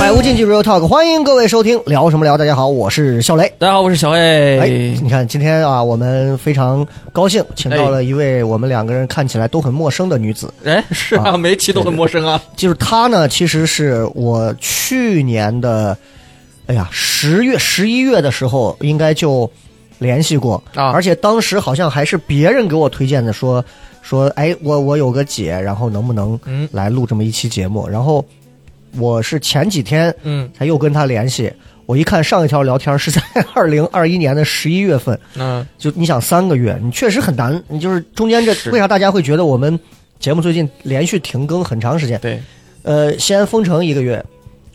百无禁忌 Real Talk，欢迎各位收听，聊什么聊？大家好，我是笑雷。大家好，我是小哎，魏。你看今天啊，我们非常高兴，请到了一位我们两个人看起来都很陌生的女子。哎，是啊，啊每一期都很陌生啊。就是她呢，其实是我去年的，哎呀，十月、十一月的时候，应该就联系过啊而且当时好像还是别人给我推荐的说，说哎，我我有个姐，然后能不能嗯来录这么一期节目？然后我是前几天嗯才又跟他联系。我一看上一条聊天是在 二零二一年的十一月份，嗯，就你想三个月，你确实很难。你就是中间这是为啥大家会觉得我们节目最近连续停更很长时间？对，呃，西安封城一个月，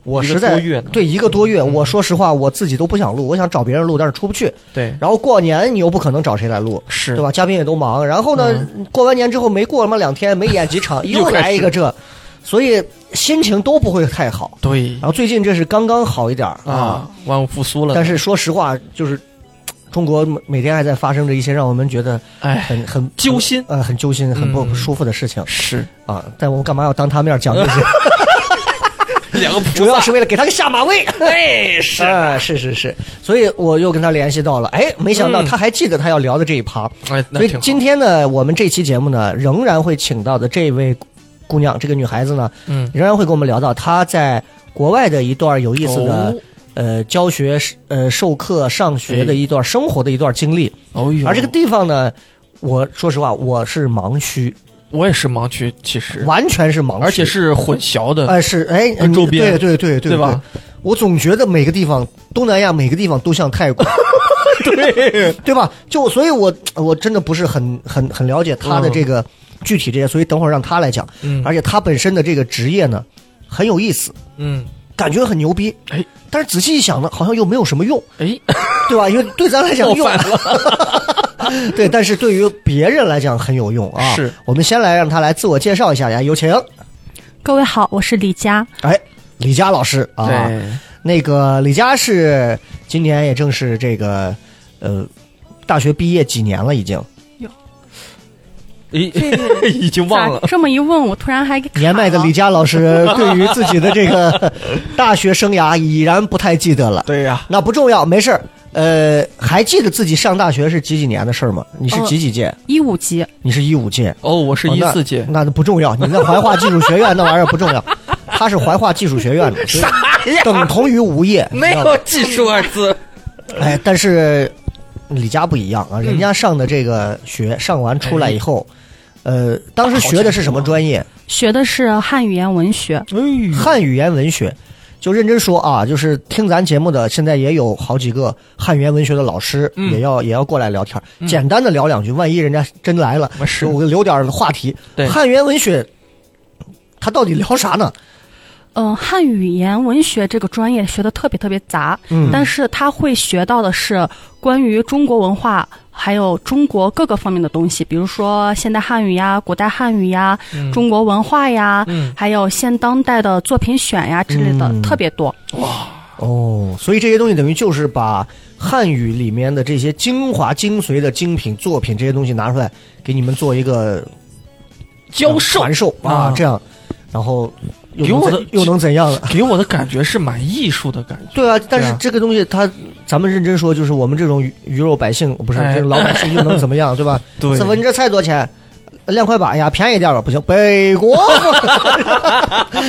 我一个实在多月呢嗯对一个多月，我说实话我自己都不想录，我想找别人录，但是出不去。对，然后过年你又不可能找谁来录，是嗯对吧？嘉宾也都忙。然后呢，过完年之后没过那么两天，没演几 场，又又开来一始个这，所以心情都不会太好。对然后最近这是刚刚好一点儿啊，啊，万物复苏了。但是说实话，就是嘖中国每每天还在发生着一些让我们觉得哎，很很揪心嗯呃，很揪心、很不不舒服的事情、是啊。但我们干嘛要当他面讲这 些？两个菩萨，主要是为了给他个下马威。 哎，是啊，是是是，所以我又跟他联系到了，哎，没想到嗯他还记得他要聊的这一趴，哎，那所以挺好今天呢，我们这期节目呢，仍然会请到的这位姑娘，这个女孩子呢，嗯仍然会跟我们聊到她在国外的一段有意思的、哦呃教学呃授课上学的一段生活的一段经历。哦呦，而这个地方呢，我说实话我是盲区，我也是盲区，其实完全是盲区，嗯而且是混淆的。哎、是哎跟周边对对对对对吧？我总觉得每个地方东南亚每个地方都像泰国。对， 对吧？就所以我，我真的不是很很很了解他的这个具体这些，所以等会儿让他来讲。嗯而且他本身的这个职业呢，很有意思，嗯，感觉很牛逼。哎，但是仔细一想呢，好像又没有什么用，哎，对吧？因为对咱来讲冒用犯，了。 对，但是对于别人来讲很有用啊。是，我们先来让他来自我介绍一下，来有请。各位好，我是李佳。哎，李佳老师啊，对，那个李佳是今年也正是这个呃大学毕业几年了，已经这哎，个 已经忘 了咋。这么一问，我突然还给卡年迈的了李佳老 师对于自己的这个大学生涯已然不太记得了。对呀，那不重要，没事儿。呃，还记得自己上大学是几几年的事儿吗？你是呃几几届？一五级，你是一五届，哦，我是哦一那 四届。那不重要。你那怀化技术学院那玩意儿不重 要，他是怀化技术学院的，所以等同于无业。没你知道有吗技术二字。哎，但是李佳不一样嗯啊，人家上的这个学上完出来以后，呃，当时学的是什么专业？学的是汉语言文学。汉语言文学。就认真说啊，就是听咱节目的，现在也有好几个汉语言文学的老师，嗯也要也要过来聊天儿，简单的聊两句，万一人家真来了，我是我留点儿话题。对汉语言文学，他到底聊啥呢？嗯、汉语言文学这个专业学的特别特别杂，嗯但是他会学到的是关于中国文化，还有中国各个方面的东西，比如说现代汉语呀、古代汉语呀、嗯中国文化呀，嗯还有现当代的作品选呀之类的，嗯特别多。哦，所以这些东西等于就是把汉语里面的这些精华、精髓的精品作品这些东西拿出来，给你们做一个呃教授传授啊啊，这样，然后又给能我怎的又能怎样了？ 给我的感觉是蛮艺术的感觉。对啊，但是对啊这个东西它，咱们认真说，就是我们这种鱼鱼肉百姓，不是哎这种老百姓又能怎么样，对吧？对怎么你这菜多少钱？两块八哎呀，便宜点吧，不行，北国。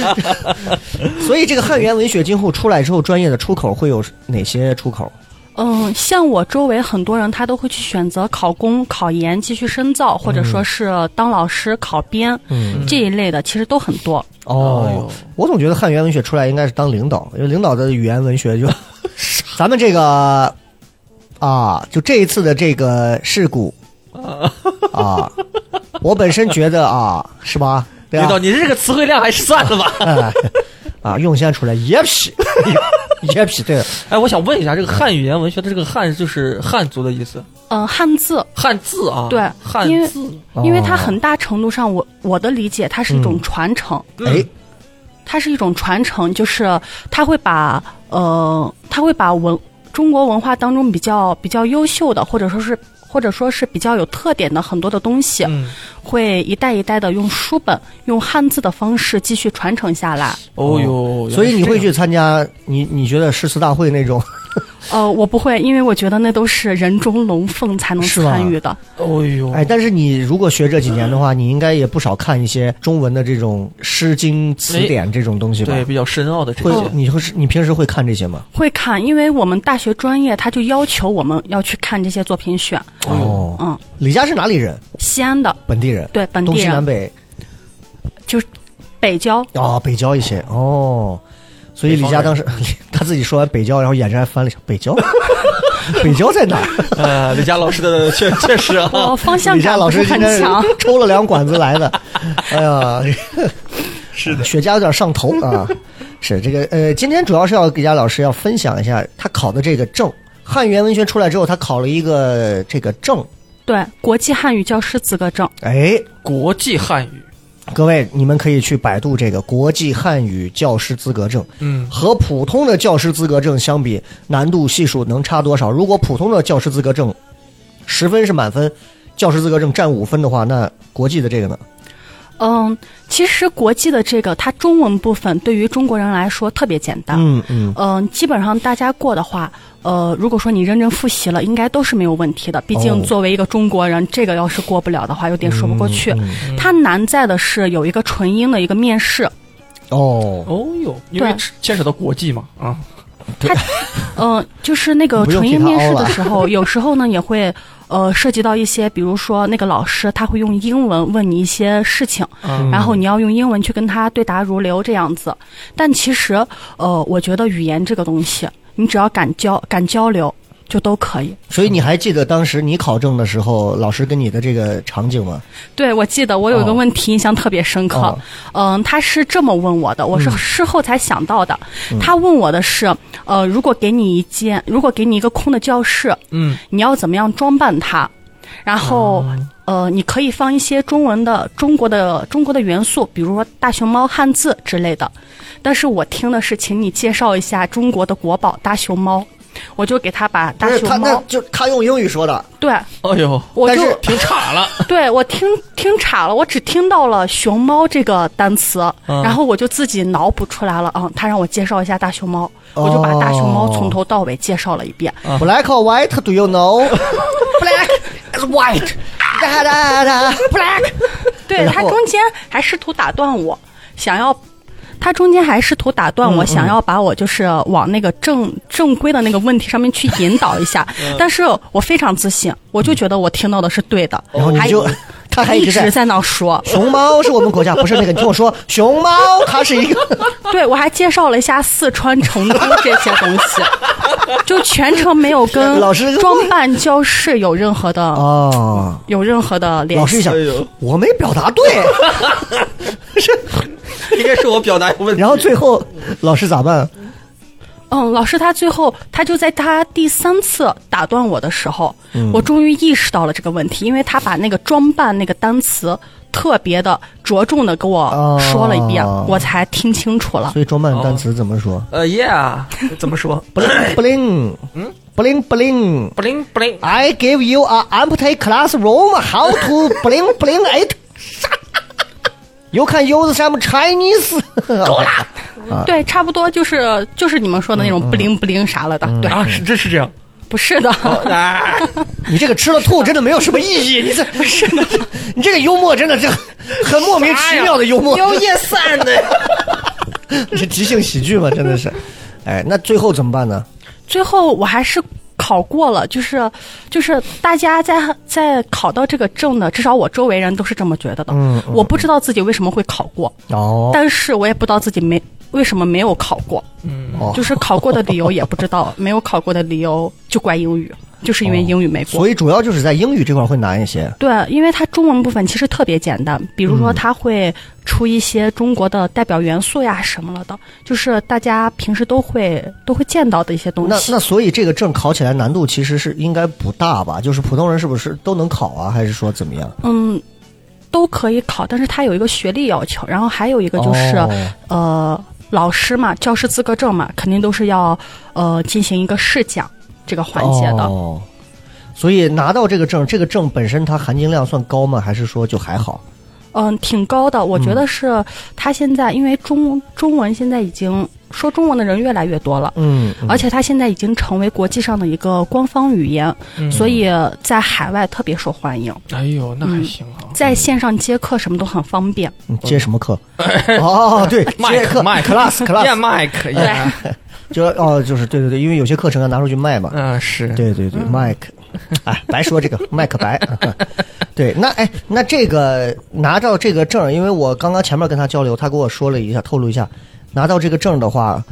所以这个汉语言文学今后出来之后，专业的出口会有哪些出口？嗯，像我周围很多人，他都会去选择考公、考研继续深造，或者说是当老师、考编、嗯，这一类的，其实都很多。哎哦呦，我总觉得汉语言文学出来应该是当领导，因为领导的语言文学 就，咱们这个啊，就这一次的这个事 故啊，我本身觉得啊，是吧？对领导，吧？你这个词汇量还是算了 吧。哎啊，涌现出来野 痞，野痞，对，哎，我想问一下，这个汉语言文学的这个“汉”就是汉族的意思，嗯，汉字，汉字啊，对汉因为字，因为它哦嗯很大程度上，我我的理解，它是一种传承，嗯哎，它是一种传承，就是它会把呃，它会把文中国文化当中比较比较优秀的，或者说是或者说是比较有特点的很多的东西，嗯，会一代一代的用书本、用汉字的方式继续传承下来。哦哟，所以你原来会是这样去哦参加你你觉得诗词大会那种？呃，我不会，因为我觉得那都是人中龙凤才能是吧参与的。哦哟，哎，，但是你如果学这几年的话，你应该也不少看一些中文的这种《诗经》词典这种东西吧？哎对，比较深奥的这会 些，你会你平时会看这些吗？会看，因为我们大学专业它就要求我们要去看这些作品选。哦，嗯，李家是哪里人？西安的本地人，对本东地西南人，北北郊。啊、北郊一些哦。所以李家当时 他自己说完北郊，然后眼神还翻了一下，北郊， 北郊在哪 儿？呃，李佳老师 的确确实啊，我方向李家感老不是师今很天强。 抽了两管子来 的，哎呀， 是的，雪茄有点上头啊。是这个呃，今天主要是要给家老师要分享一下他考的这个证，汉语言文学出来之后，他考了一个这个证。对，国际汉语教师资格证。哎，国际汉语，各位你们可以去百度这个国际汉语教师资格证，嗯，和普通的教师资格证相比，难度系数能差多少？如果普通的教师资格证十分是满分，教师资格证占五分的话，那国际的这个呢？嗯，其实国际的这个，它中文部分对于中国人来说特别简单。嗯嗯，嗯，基本上大家过的话，呃，如果说你认真复习了，应该都是没有问题的。毕哦竟作为一个中国人，这个要是过不了的话，有点说不过去。嗯嗯它难在的是有一个纯英的一个面试，哦，哦哟，因为对牵扯到国际嘛，啊，嗯、就是那个不用纯替英他面凹试了的 时候，有时候呢也会呃涉及到一些，比如说那个老师他会用英文问你一些事情，嗯然后你要用英文去跟他对答如流这样子。但其实呃，我觉得语言这个东西，你只要敢交敢交流就都可以。所以你还记得当时你考证的时候，老师跟你的这个场景吗？对，我记得我有一哦个问题印象特别深刻，哦嗯嗯，他是这么问我的，我是事后才想到的。他问我的是，呃，如果给你一间，如果给你一个空的教室，嗯，你要怎么样装扮它？然后，哦呃，你可以放一些中文的、中国的、中国的元素，比如说大熊猫汉字之类的。但是我听的是，请你介绍一下中国的国宝大熊猫。我就给他把大不是他熊那猫，就他用英语说的，对，哎 呦，我但就是听岔了， 对我听听岔了，我只听到了“熊猫”这个单词，嗯然后我就自己脑补出来了啊、嗯他让我介绍一下大熊猫，我就把大熊猫从头到尾介绍了一遍。 Black or white? Do you know? Black is white. 哒哒哒。Black. 对然他后中间还试图打断我，想要。他中间还试图打断嗯我，想要把我就是往那个正正规的那个问题上面去 嗯引导一下，但是我非常自信，我就觉得我听到的是对的，哦然后你还就他还一一直直在。。在那说熊猫是我们国家，不是那个。你听我说，熊猫它是一个， 对我还介绍了一下四川成都这些东 西，就全程没有跟老师装扮教室有任何的、哦，有任何的联老系师一。想哎呦，我没表达对， 应该是我表达有问题。然后最后老师咋办？嗯，老师他最后他就在他第三次打断我的时候，嗯我终于意识到了这个问题，因为他把那个装扮那个单词特别的着重的给我说了一遍，哦我才听清楚了。所以装扮单词怎么说呃，yeah，怎么说？bling bling，嗯，bling bling。不灵不灵， I give you a empty classroom how to bling bling it. You can use some Chinese. 啊对，差不多就是就是你们说的那嗯种不灵不灵啥了的，对，啊，是真是这样。不是的， 哦啊，你这个吃了吐真的没有什么意义，你这 不是的，你这个幽默真的是很莫哎名其妙的幽 默，妖夜散的。这是即兴喜剧嘛，真的是。哎，那最后怎么办呢？最后我还是考过了，就是就是大家在在考到这个证的，至少我周围人都是这么觉得的。嗯我不知道自己为什么会考过，哦，但是我也不知道自己没为什么没有考过，哦就是考过的理由也不知 道，没有考过的理由就怪英语，就是因为英语没过。哦所以主要就是在英语这块会难一些。对，因为它中文部分其实特别简单，比如说它会出一些中国的代表元素呀什么了的，就是大家平时都会都会见到的一些东那西。那所以这个证考起来难度其实是应该不大吧？就是普通人是不是都能考啊？还是说怎么样？嗯，都可以考，但是它有一个学历要求，然后还有一个就是、哦呃，老师嘛，教师资格证嘛，肯定都是要呃进行一个试讲这个环节的。哦。所以拿到这个证，这个证本身它含金量算高吗？还是说就还好？嗯，挺高的，我觉得是它现在因为中中文现在已经说中文的人越来越多了。嗯，而且它现在已经成为国际上的一个官方语言，嗯所以在海外特别受欢迎， 哎呦，那还行嗯啊。在线上接课什么都很方便。你接什么 课？哦，对，接课 Mike class Yeah, class， Mike. Yeah. 就哦，就是对对对，因为有些课程要拿出去卖嘛。嗯，是。对对对，Mike，哎， 白说这个 Mike 白， 对，那哎，那这个拿到这个证儿，因为我刚刚前面跟他交流，他跟我说了一下，透露一下，拿到这个证儿的话，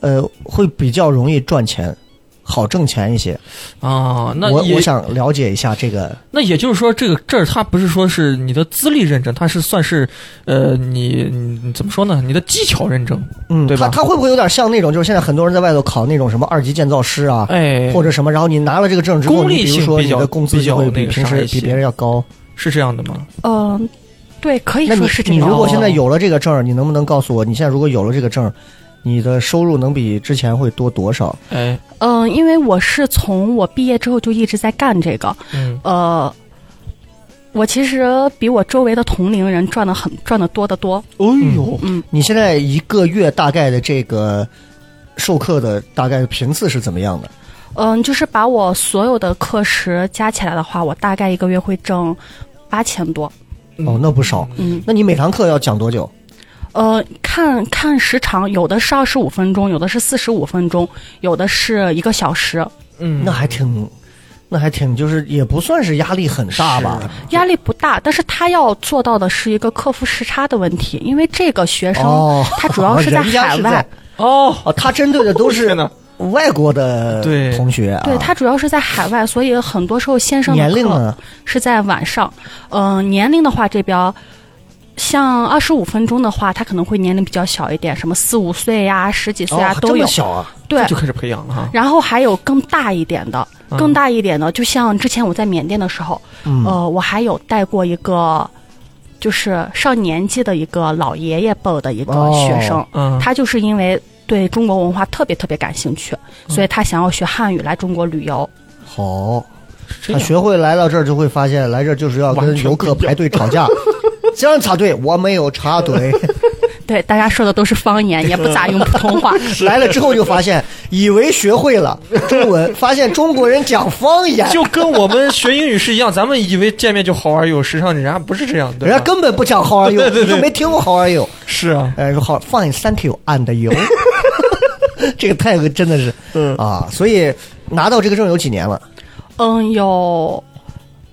呃，会比较容易赚钱，好挣钱一些。啊，那我也我想了解一下这个，那也就是说，这个证儿它不是说是你的资历认证，它是算是呃你你怎么说呢？你的技巧认证，嗯，对吧他他会不会有点像那种，就是现在很多人在外头考那种什么二级建造师啊？哎，或者什么，然后你拿了这个证之后，功利你比如性说比你较的工资比就较会那比个平啥时一比些别人要高。是这样的吗？嗯、对，可以那你哎说是这哦你样。如果现在有了这个证儿，你能不能告诉我，你现在如果有了这个证儿，你的收入能比之前会多多少？哎，嗯，因为我是从我毕业之后就一直在干这个，嗯，呃，我其实比我周围的同龄人赚的很赚的多得多。哎呦，你现在一个月大概的这个授课的大概频次是怎么样的？嗯，就是把我所有的课时加起来的话，我大概一个月会挣八千多。哦，那不少。嗯，那你每堂课要讲多久？呃，看看时长，有的是二十五分钟，有的是四十五分钟，有的是一个小时，嗯，那还挺，那还挺，就是也不算是压力很大吧？压力不大。但是他要做到的是一个克服时差的问题，因为这个学生、哦，他主要是在 人家海是外在，哦，哦，他针对的 都是天哪外国的对同学啊。对他主要是在海外，所以很多时候线上的年龄啊课呢？是在晚上。嗯、年龄的话这边儿。像二十五分钟的话，他可能会年龄比较小一点，什么四五岁呀、十几岁哦啊、，这嗯都有么。小啊？对这就，开始培养了哈。然后还有更大一点的，更大一点的，就像之前我在缅甸的时候，嗯呃，我还有带过一个，就是上年纪的一个老爷爷辈儿的一个哦学生，嗯他就是因为对中国文化特别特别感兴趣，嗯所以他想要学汉语来中国旅游。好。这他样学会来到这儿就会发现，来这儿就是要跟游客排队吵 架，这样插队，我没有插队。对，大家说的都是方言，也不咋用普通话。来了之后就发现，以为学会 了中文，发现中国人讲方言，就跟我们学英语是一样，咱们以为见面就好玩有时尚，人家不是这样，对人吧家根本不讲 How are you，对对对你就没听过 How are you。是啊，哎，说好，Fine, thank you and you。这个态度真的是，嗯啊，所以拿到这个证有几年了？嗯，有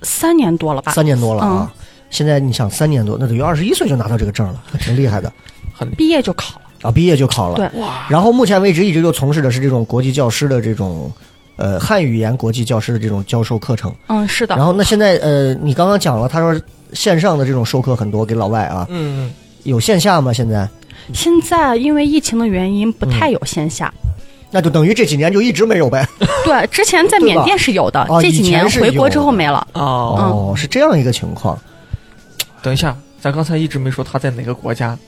三年多了吧？嗯三年多了啊。现在你想三年多，那等于二十一岁就拿到这个证了，还挺厉害的很毕业就考了。啊！毕业就考了。对哇，然后目前为止一直就从事的是这种国际教师的这种，呃，汉语言国际教师的这种教授课程。嗯，是的然。后那现在呃，你刚刚讲了，他说线上的这种授课很多给老外啊，嗯，有线下吗？现在现在因为疫情的原因，不太有线下。嗯那就等于这几年就一直没有呗。对，之前在对缅吧甸是有的，哦这以几前年是回国之有后的没了。哦，哦，是这样一个情况。等一下，咱刚才一直没说他在哪个国家，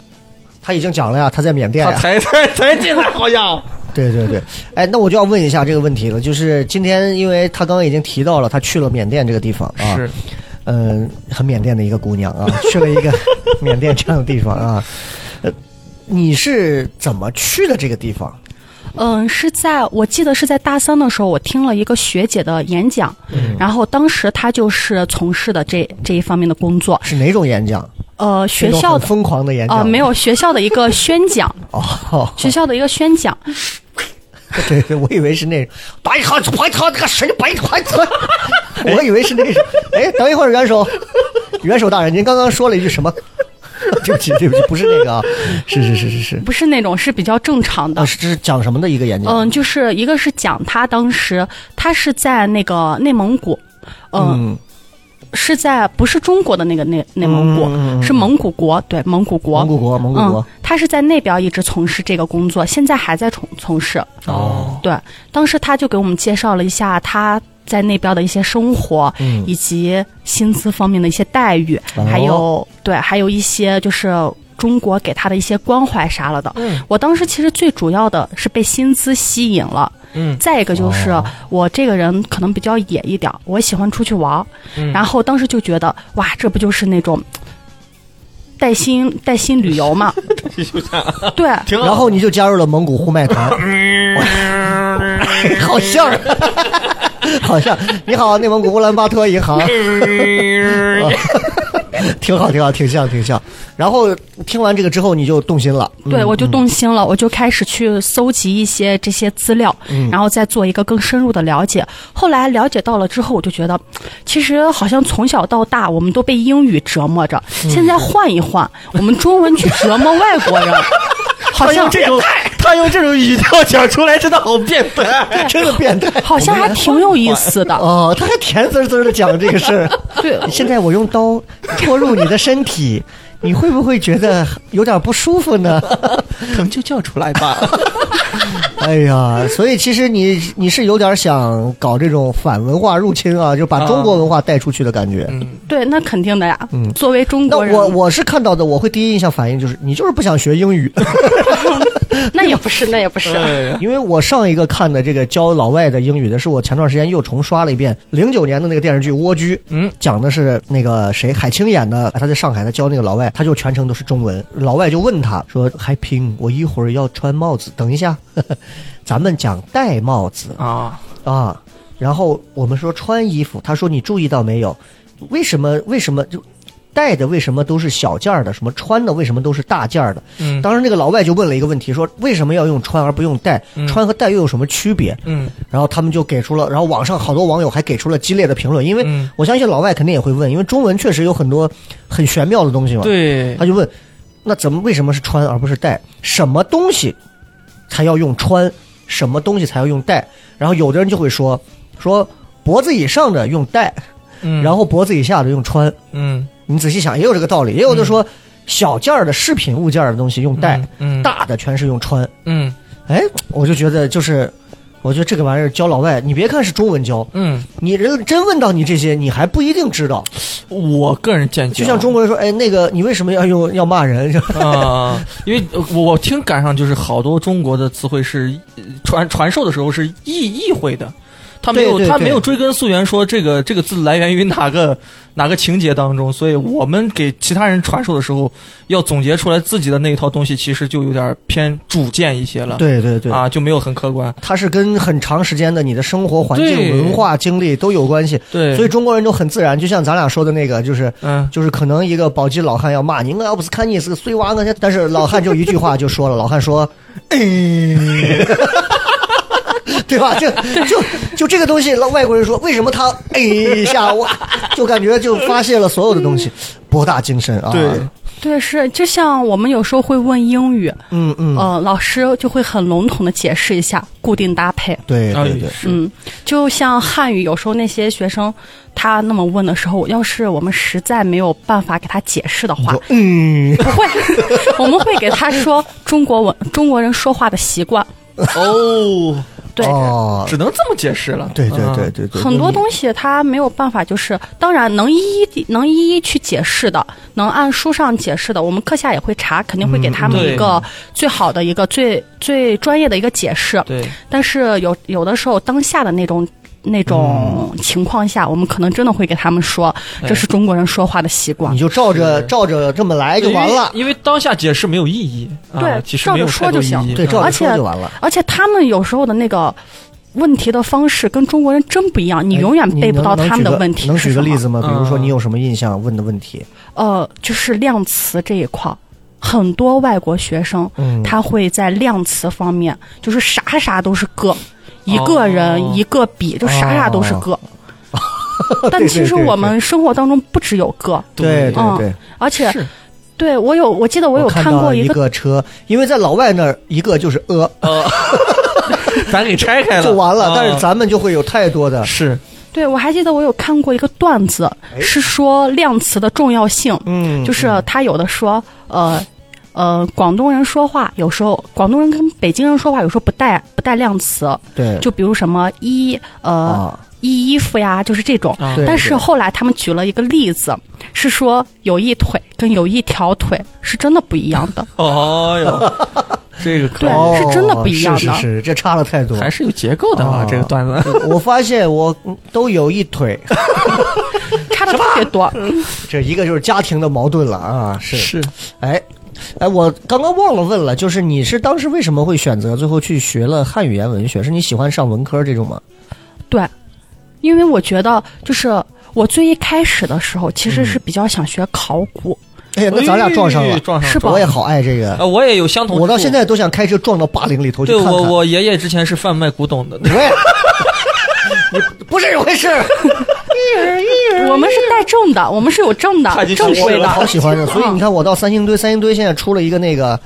他已经讲了呀，他在缅甸他呀。才才才进来，好像对对对，哎，那我就要问一下这个问题了，就是今天，因为他刚刚已经提到了，他去了缅甸这个地方啊，是嗯、很缅甸的一个姑娘 啊，去了一个缅甸这样的地方啊，呃，你是怎么去的这个地方？嗯，是在我记得是在大三的时候，我听了一个学姐的演讲，嗯然后当时她就是从事的这这一方面的工作，是哪种演讲？呃，学校那种很的疯狂的演讲？呃没有学校的一个宣 讲，哦，学校的一个宣讲，对对，我以为是那种白他白他这个谁白他他， 我以为是那种。哎，等一会儿，元首，元首大人，您刚刚说了一句什么？ 对不起，对不起，不是那个啊，是是是是是。不是那种是比较正常的啊，，是这是讲什么的一个演讲？嗯，就是一个是讲她当时她是在那个内蒙古，嗯，嗯，是在不是中国的那个内内蒙古，是蒙古国，对蒙古国，嗯蒙古国，蒙古嗯国，，他是在那边一直从事这个工作，现在还在从从事。哦，对，当时他就给我们介绍了一下他在那边的一些生活，嗯以及薪资方面的一些待遇，哦还有对，还有一些就是中国给他的一些关怀啥了的。嗯我当时其实最主要的是被薪资吸引了。嗯再一个就是、我这个人可能比较野一点儿，我喜欢出去玩儿，嗯然后当时就觉得哇，这不就是那种带薪带薪旅 游嘛？对，挺好。然后你就加入了蒙古呼麦团，好像，好像。你好，内蒙古乌兰巴托银行，哦挺好，挺好，挺像，挺像。然后听完这个之后，你就动心了。嗯对，我就动心了，我就开始去搜集一些这些资料，嗯然后再做一个更深入的了解。后来了解到了之后，我就觉得，其实好像从小到大我们都被英语折磨着，嗯现在换一换，我们中文去折磨外 国人，好像种他用这种语调讲出来，真的好变态。真的变态，好像还挺有意思的。哦，他还甜滋滋的讲这个事儿。 对，现在我用刀戳入你的身体，你会不会觉得有点不舒服呢？疼就叫出来吧。哎呀，所以其实你你是有点想搞这种反文化入侵啊，就把中国文化带出去的感觉。嗯，对，那肯定的呀。作为中嗯那国人，我我是看到的，我会第一印象反应就是你就是不想学 英语，那也不是，那也不是。嗯对，因为我上一个看的这个教老外的英语的是我前段时间又重刷了一遍零九年的那个电视剧《蜗居》，嗯，讲的是那个谁海清演的，他在上海他教那个老外，他就全程都是中文，老外就问他说：“海平，我一会儿要穿帽子，等一下， 呵呵咱们讲戴帽子。”啊，啊，然后我们说穿衣服，他说你注意到没有？为什么为什么就带的为什么都是小件儿的，什么穿的为什么都是大件儿的？嗯当时那个老外就问了一个问题，说为什么要用穿而不用带？嗯穿和带又有什么区别？嗯然后他们就给出了，然后网上好多网友还给出了激烈的评论，因为嗯，我相信老外肯定也会问，因为中文确实有很多很玄妙的东西嘛。，对他就问，那怎么为什么是穿而不是戴？什么东西才要用穿？什么东西才要用戴？然后有的人就会说，说脖子以上的用戴，嗯然后脖子以下的用穿。嗯，你仔细想，也有这个道理。也有的说，小件儿的饰品物件儿的东西用戴，嗯，嗯，大的全是用穿。嗯哎，我就觉得就是。我觉得这个玩意儿教老外，你别看是中文教，嗯，你人真问到你这些，你还不一定知道。我个人见解就啊，像中国人说，哎，那个你为什么要用要骂人？ 啊、因为我我听赶上就是好多中国的词汇是呃传传授的时候是意意会的，他没有对对他对没有追根溯源说这个这个字来源于哪个哪个情节当中，所以我们给其他人传授的时候要总结出来自己的那一套东西，其实就有点偏主见一些了，对对对，啊就没有很客观，它是跟很长时间的你的生活环对境、文化、经历都有关系，对，所以中国人都很自然。就像咱俩说的那个，就是嗯就是可能一个宝鸡老汉要骂你，我要不是看你是个碎娃，我但是老汉就一句话就说了，老汉说，哎。 对吧？就就就这个东西，老外国人说为什么他哎一下我，就感觉就发泄了所有的东西，博大精深啊。对对，是就像我们有时候会问英语，嗯嗯，呃，老师就会很笼统的解释一下固定搭配。对对对哎，是嗯，就像汉语，有时候那些学生他那么问的时候，要是我们实在没有办法给他解释的你话说，嗯，不会，我们会给他说中国文中国人说话的习惯。哦，对，哦，只能这么解释了。对对对嗯，对对，很多东西他没有办法，就是当然能一一地能一一去解释的，能按书上解释的，我们课下也会查，肯定会给他们嗯对一个最好的一个最最专业的一个解释。对，但是有有的时候当下的那种。那嗯种情况下，我们可能真的会给他们说，对这是中国人说话的习惯你。就照着是照着这么来哎就完了，因为因为当下解释没有意义。啊对其实没有太照多着说就意行义。对，嗯照着而且说就完了。而且他们有时候的那个问题的方式跟中国人真不一样，你永远哎背不能到能他举们的个问题能是举个什么例子吗？比如说嗯你有什么印象问的问题？呃，就是量词这一块儿，很多外国学生、嗯他会在量词方面，就是啥啥都是个，一个人、哦一个笔，就啥啥都是个。哦但 对其对实对我对们生活当中不只有个，对对嗯对，而且是对我有，我记得我有看看到过了一个，个车，因为在老外那儿一个就是呃呃，咱给拆开了就完了，但是啊咱们就会有太多的是对我还记得我有看过一个段子，是说量词的重要性。哎嗯，就是他有的说，呃，呃，广东人说话有时候，广东人跟北京人说话有时候不带不带量词，对嗯就比如什么衣呃啊，衣衣服呀，就是这种。啊对但是后来他们举了一个例子，是说有一腿跟有一条腿是真的不一样 的。哦哟，这个可对以哦是真的不一样的是是是，这差了太多。还是有结构的啊，哦这个段子。我发现我嗯都有一腿， 差的特别多。这一个就是家庭的矛盾了啊，是是哎，哎，我刚刚忘了问了，就是你是当时为什么会选择最后去学了汉语言文学？是你喜欢上文科这种吗？对，因为我觉得就是我最一开始的时候，其实嗯是比较想学考古，哎呀，那咱俩撞上了哎，撞上是吧我也好爱这个，啊，我也有相同之处。我到现在都想开车撞到八零里头去对看看。我 我爷爷之前是贩卖古董的，喂， 你不是一回事儿。我们是带证的，我们是有 证他的已经，正出规国的了我好。喜欢这，所以嗯你看，我到三星堆，三星堆现在出了一个那个，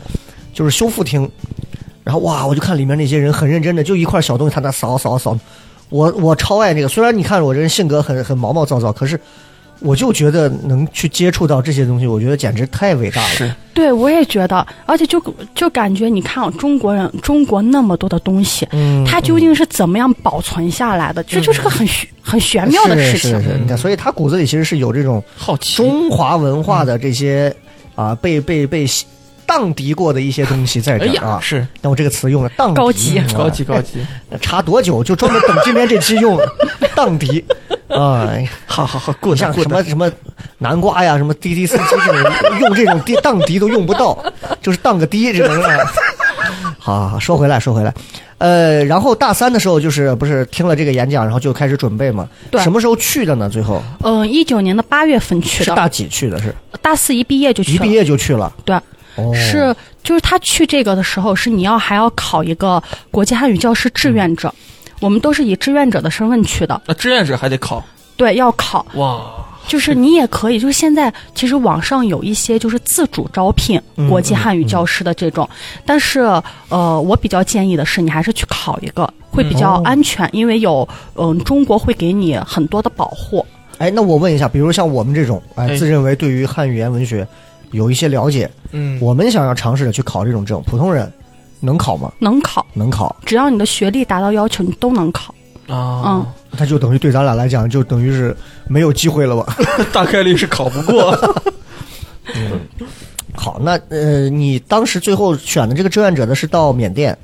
就是修复厅，然后哇，我就看里面那些人很认真的，就一块小东西，他在扫扫扫。我我超爱这个，虽然你看我这人性格很很毛毛躁躁，可是我就觉得能去接触到这些东西，我觉得简直太伟大了。对，我也觉得，而且就就感觉，你看、啊、中国人，中国那么多的东西，嗯它究竟是怎么样保存下来的？这就是个很玄、很玄妙的事是情是。是，你看，所以他骨子里其实是有这种好奇。中华文化的这些啊，被被被荡涤过的一些东西在哎这儿呀，啊。是但我这个词用了荡涤，高级嗯啊高级高 级，查多久，就专门等今天这期用荡涤啊，好好好，good 像 good 什么什么南瓜呀，什么滴滴司机这种用这种滴荡涤都用不到， 就是荡个滴这种。啊 好好好，说回来说回来，呃，然后大三的时候就是不是听了这个演讲，然后就开始准备嘛？对什么时候去的呢？最后嗯、一九年的八月份去是的，大几去的是？大四一毕业就一去了。毕业就去了。对，哦，是就是他去这个的时候，是你要还要考一个国际汉语教师志愿者，嗯我们都是以志愿者的身份去的。那志愿者还得考对，要考，哇，就是你也可以，就是现在其实网上有一些就是自主招聘嗯国际汉语教师的这种，但是呃，我比较建议的是你还是去考一个，会比较嗯哦安全，因为有嗯、中国会给你很多的保护。哎，那我问一下，比如像我们这种哎哎自认为对于汉语言文学有一些了解，嗯，我们想要尝试着去考这种证，普通人能考吗？能考，能考，只要你的学历达到要求，你都能考。啊，那就等于对咱俩来讲，就等于是没有机会了 吧？大概率是考不 过。好，那呃，你当时最后选的这个志愿者呢，是到缅甸，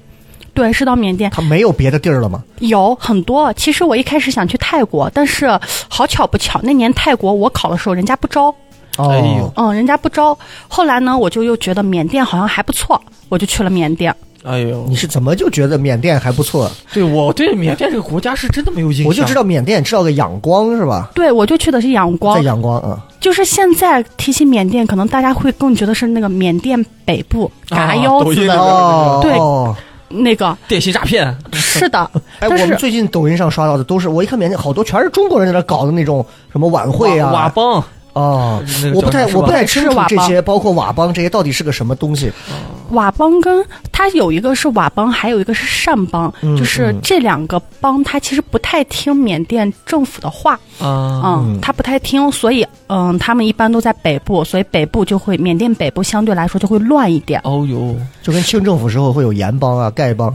对，是到缅甸他没有别的地儿了吗？有很多。其实我一开始想去泰国，但是好巧不巧，那年泰国我考的时候人家不招，哦，哎呦嗯，人家不招。后来呢，我就又觉得缅甸好像还不错，我就去了缅甸。哎呦你，是怎么就觉得缅甸还不错？对我对缅甸这个国家是真的没有印象，我就知道缅甸知道个仰光是吧？对，我就去的是仰在光，仰光啊，就是现在提起缅甸，可能大家会更觉得是那个缅甸北部啊哎嘎腰啊抖子音的哦，对哦那个，电信诈骗，是的， 哎，但我是们最近抖音上刷到的都是，我一看缅甸好多全是中国人在那搞的那种什么晚会啊，瓦瓦邦哦那个叫我不太什么我不太清是楚瓦这邦些，包括佤邦这些到底是个什么东西。佤邦跟它有一个是佤邦，还有一个是善邦，嗯就是这两个邦，它其实不太听缅甸政府的话，啊，嗯，它不太听，所以嗯，他们一般都在北部，所以北部就会缅甸北部相对来说就会乱一点。哦呦就跟清政府时候会有盐帮啊、丐帮，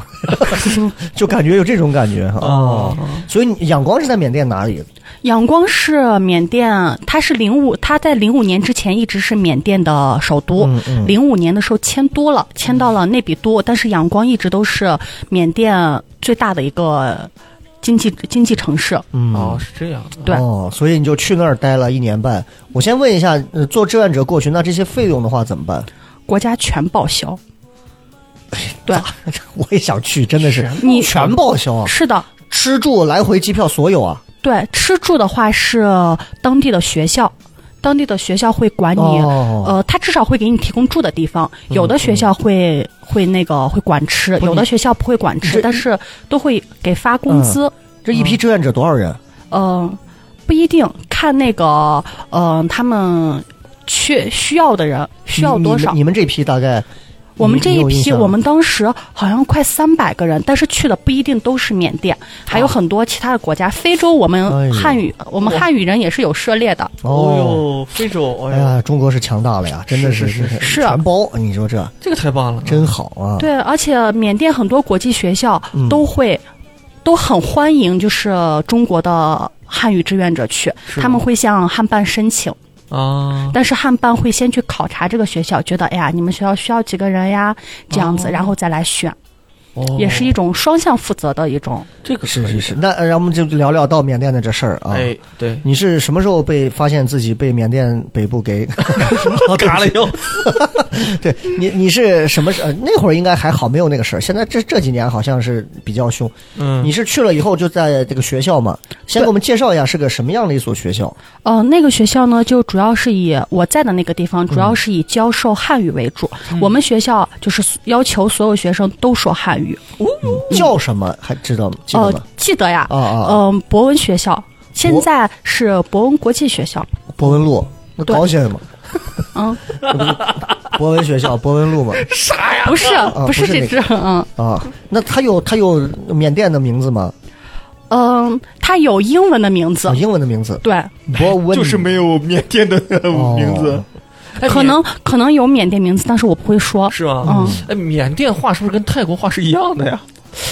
就感觉有这种感觉哈。啊，所以你仰光是在缅甸哪里？仰光是缅甸，它是零五，它在零五年之前一直是缅甸的首都。嗯嗯零五年的时候迁都了，迁到了内比都，但是仰光一直都是缅甸最大的一个经济经济城市。嗯哦是这样的，对哦，所以你就去那儿待了一年半。我先问一下，呃，做志愿者过去，那这些费用的话怎么办？ 国家全报销。我也想去，真的是你全报销啊，是的，吃住来回机票所有啊。对，吃住的话是当地的学校，当地的学校会管啊你，哦，嗯呃，他至少会给你提供住的地方。有的学校会、会那个会管吃，不有的你学校不会管吃，这但是都会给发工资。这一批志愿者多少人？嗯、不一定看那个，嗯、他们缺需要的人需要你多少你们？你们这批大概我们这你一有印批，象吗我们当时好像快三百个人，但是去的不一定都是缅甸，还有很多其他的国家。非洲我啊哎们呦汉语，我们汉语人也是有涉猎的。哦。哎呦非洲，哎呀，中国是强大了呀，真的是是是是全包，你说这这个太棒了，真好啊！对，而且缅甸很多国际学校嗯都会、都很欢迎，就是中国的汉语志愿者去，是他们会向汉办申请，啊，但是汉办会先去考察这个学校，觉得哎呀，你们学校需要几个人呀，这样子，哦然后再来选，哦也是一种双向负责的一种。这个是可以是的是，，那呃让我们就聊聊到缅甸的这事儿啊。哎 对，你是什么时候被发现自己被缅甸北部 给嘎了又，对你，你是什么时？呃，那会儿应该还好，没有那个事儿。现在这这几年好像是比较凶。嗯你是去了以后就在这个学校嘛？先给我们介绍一下是个什么样的一所学校？呃，那个学校呢，就主要是以我在的那个地方，主嗯要是以教授汉语为主。我们学校就是要求所有学生都说汉语。嗯叫什么？还知道吗？记得呃吗？，记得呀，啊啊啊！嗯，博文学校，现博在是博文国际学校。博文路，那对高兴嘛？嗯， 博文学校，博文路嘛？不是，不哦不是这那支，嗯啊，那它有它有缅甸的名字吗？嗯，它有英文的名字有，哦英文的哎名字？对，博嗯文有缅甸的哦名字，哎可能可能有缅甸名字，但是我不会说。是吗？嗯，哎，缅甸话是不是跟泰国话是一样的呀？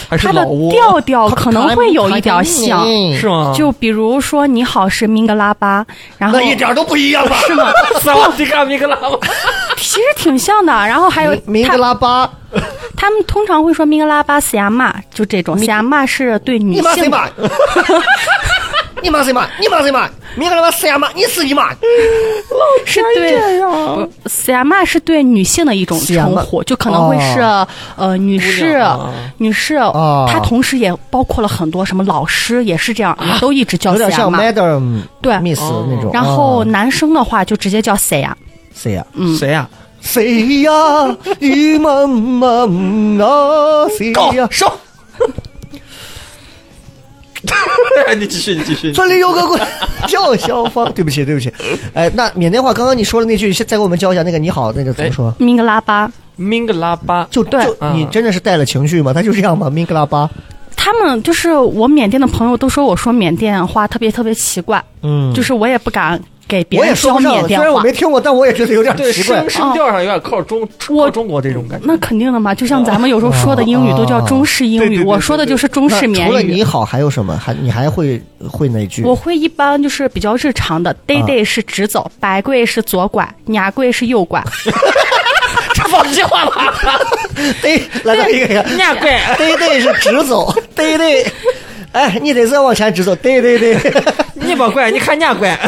还是它的老挝？调调可能会有一点儿像，是吗？ 就比如说你好是明格拉巴，然后啊那一点都不一样吧？是吗？萨瓦迪卡米格拉吧。其实挺像的。然后还有明明他格拉巴，他们通常会说明格拉巴西亚玛，就这种西亚玛是对女你妈谁性的 买？你妈谁买？你妈谁买？明格拉巴谁呀妈？你自己买。是对，不西亚玛是对女性的一种西亚哦称玛呼，就可能会是、呃女士娘啊、女士，哦她同时也包括了很多什么老师，也是这样，也都一直叫啊有西点亚像玛。 Madam 对 Miss 哦那种。然后嗯啊男生的话就直接叫谁呀？谁呀？谁呀？谁呀？一妈妈啊，谁呀？上！哦 你继续，你继续。村里有个鬼叫小芳。对不起，对不起。哎，那缅甸话，刚刚你说的那句，先再给我们教一下那个你好，那个怎么说？明格拉巴，明格拉巴，就对就你嗯真的是带了情绪吗？他就这样吗？明格拉巴，他们就是我缅甸的朋友都说我说缅甸话特别特别奇怪，嗯就是我也不敢给别我也人说教不上，缅虽甸然我话没。听过，但我也觉得有点对奇怪声。声调上有点靠啊中靠中国这种感觉。那肯定的嘛，就像咱们有时候说的英语啊都叫中式英对对语，对我说的就是中式那缅除了语你。好，还有什么？还你还会会哪句？我会一般就是比较日常的，day day 是直走，白贵是左拐，牙贵是右拐，这放屁话吧？ 对，来到一个人，牙贵 对对是直走，对对，哎，你得再往前直走，对对 对，你把怪，你看伢怪。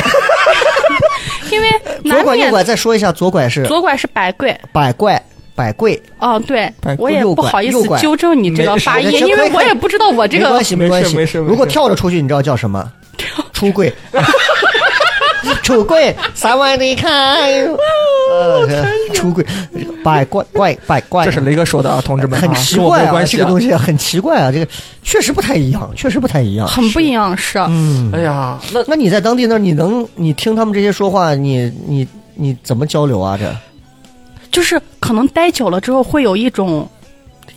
因为左难拐右免拐，再说一下，左拐是左拐是白贵，百怪百贵，哦，对白，我贵也右不拐好意右思拐纠正你这个没事发音没事，因可以为我可以也不知道我这没个关系没事关系，没事没事如果跳着出去，你知道叫什么？ 出柜，出柜，三万的看，呃出轨，百怪怪百怪， 这是雷哥说的啊，同志们啊，很奇跟我怪没关系这个东西很奇怪啊，这个确实不太一样，确实不太一样。很不一样，是嗯，哎呀，那那你在当地那儿，你能你听他们这些说话，你你你怎么交流啊？这就是可能待久了之后会有一种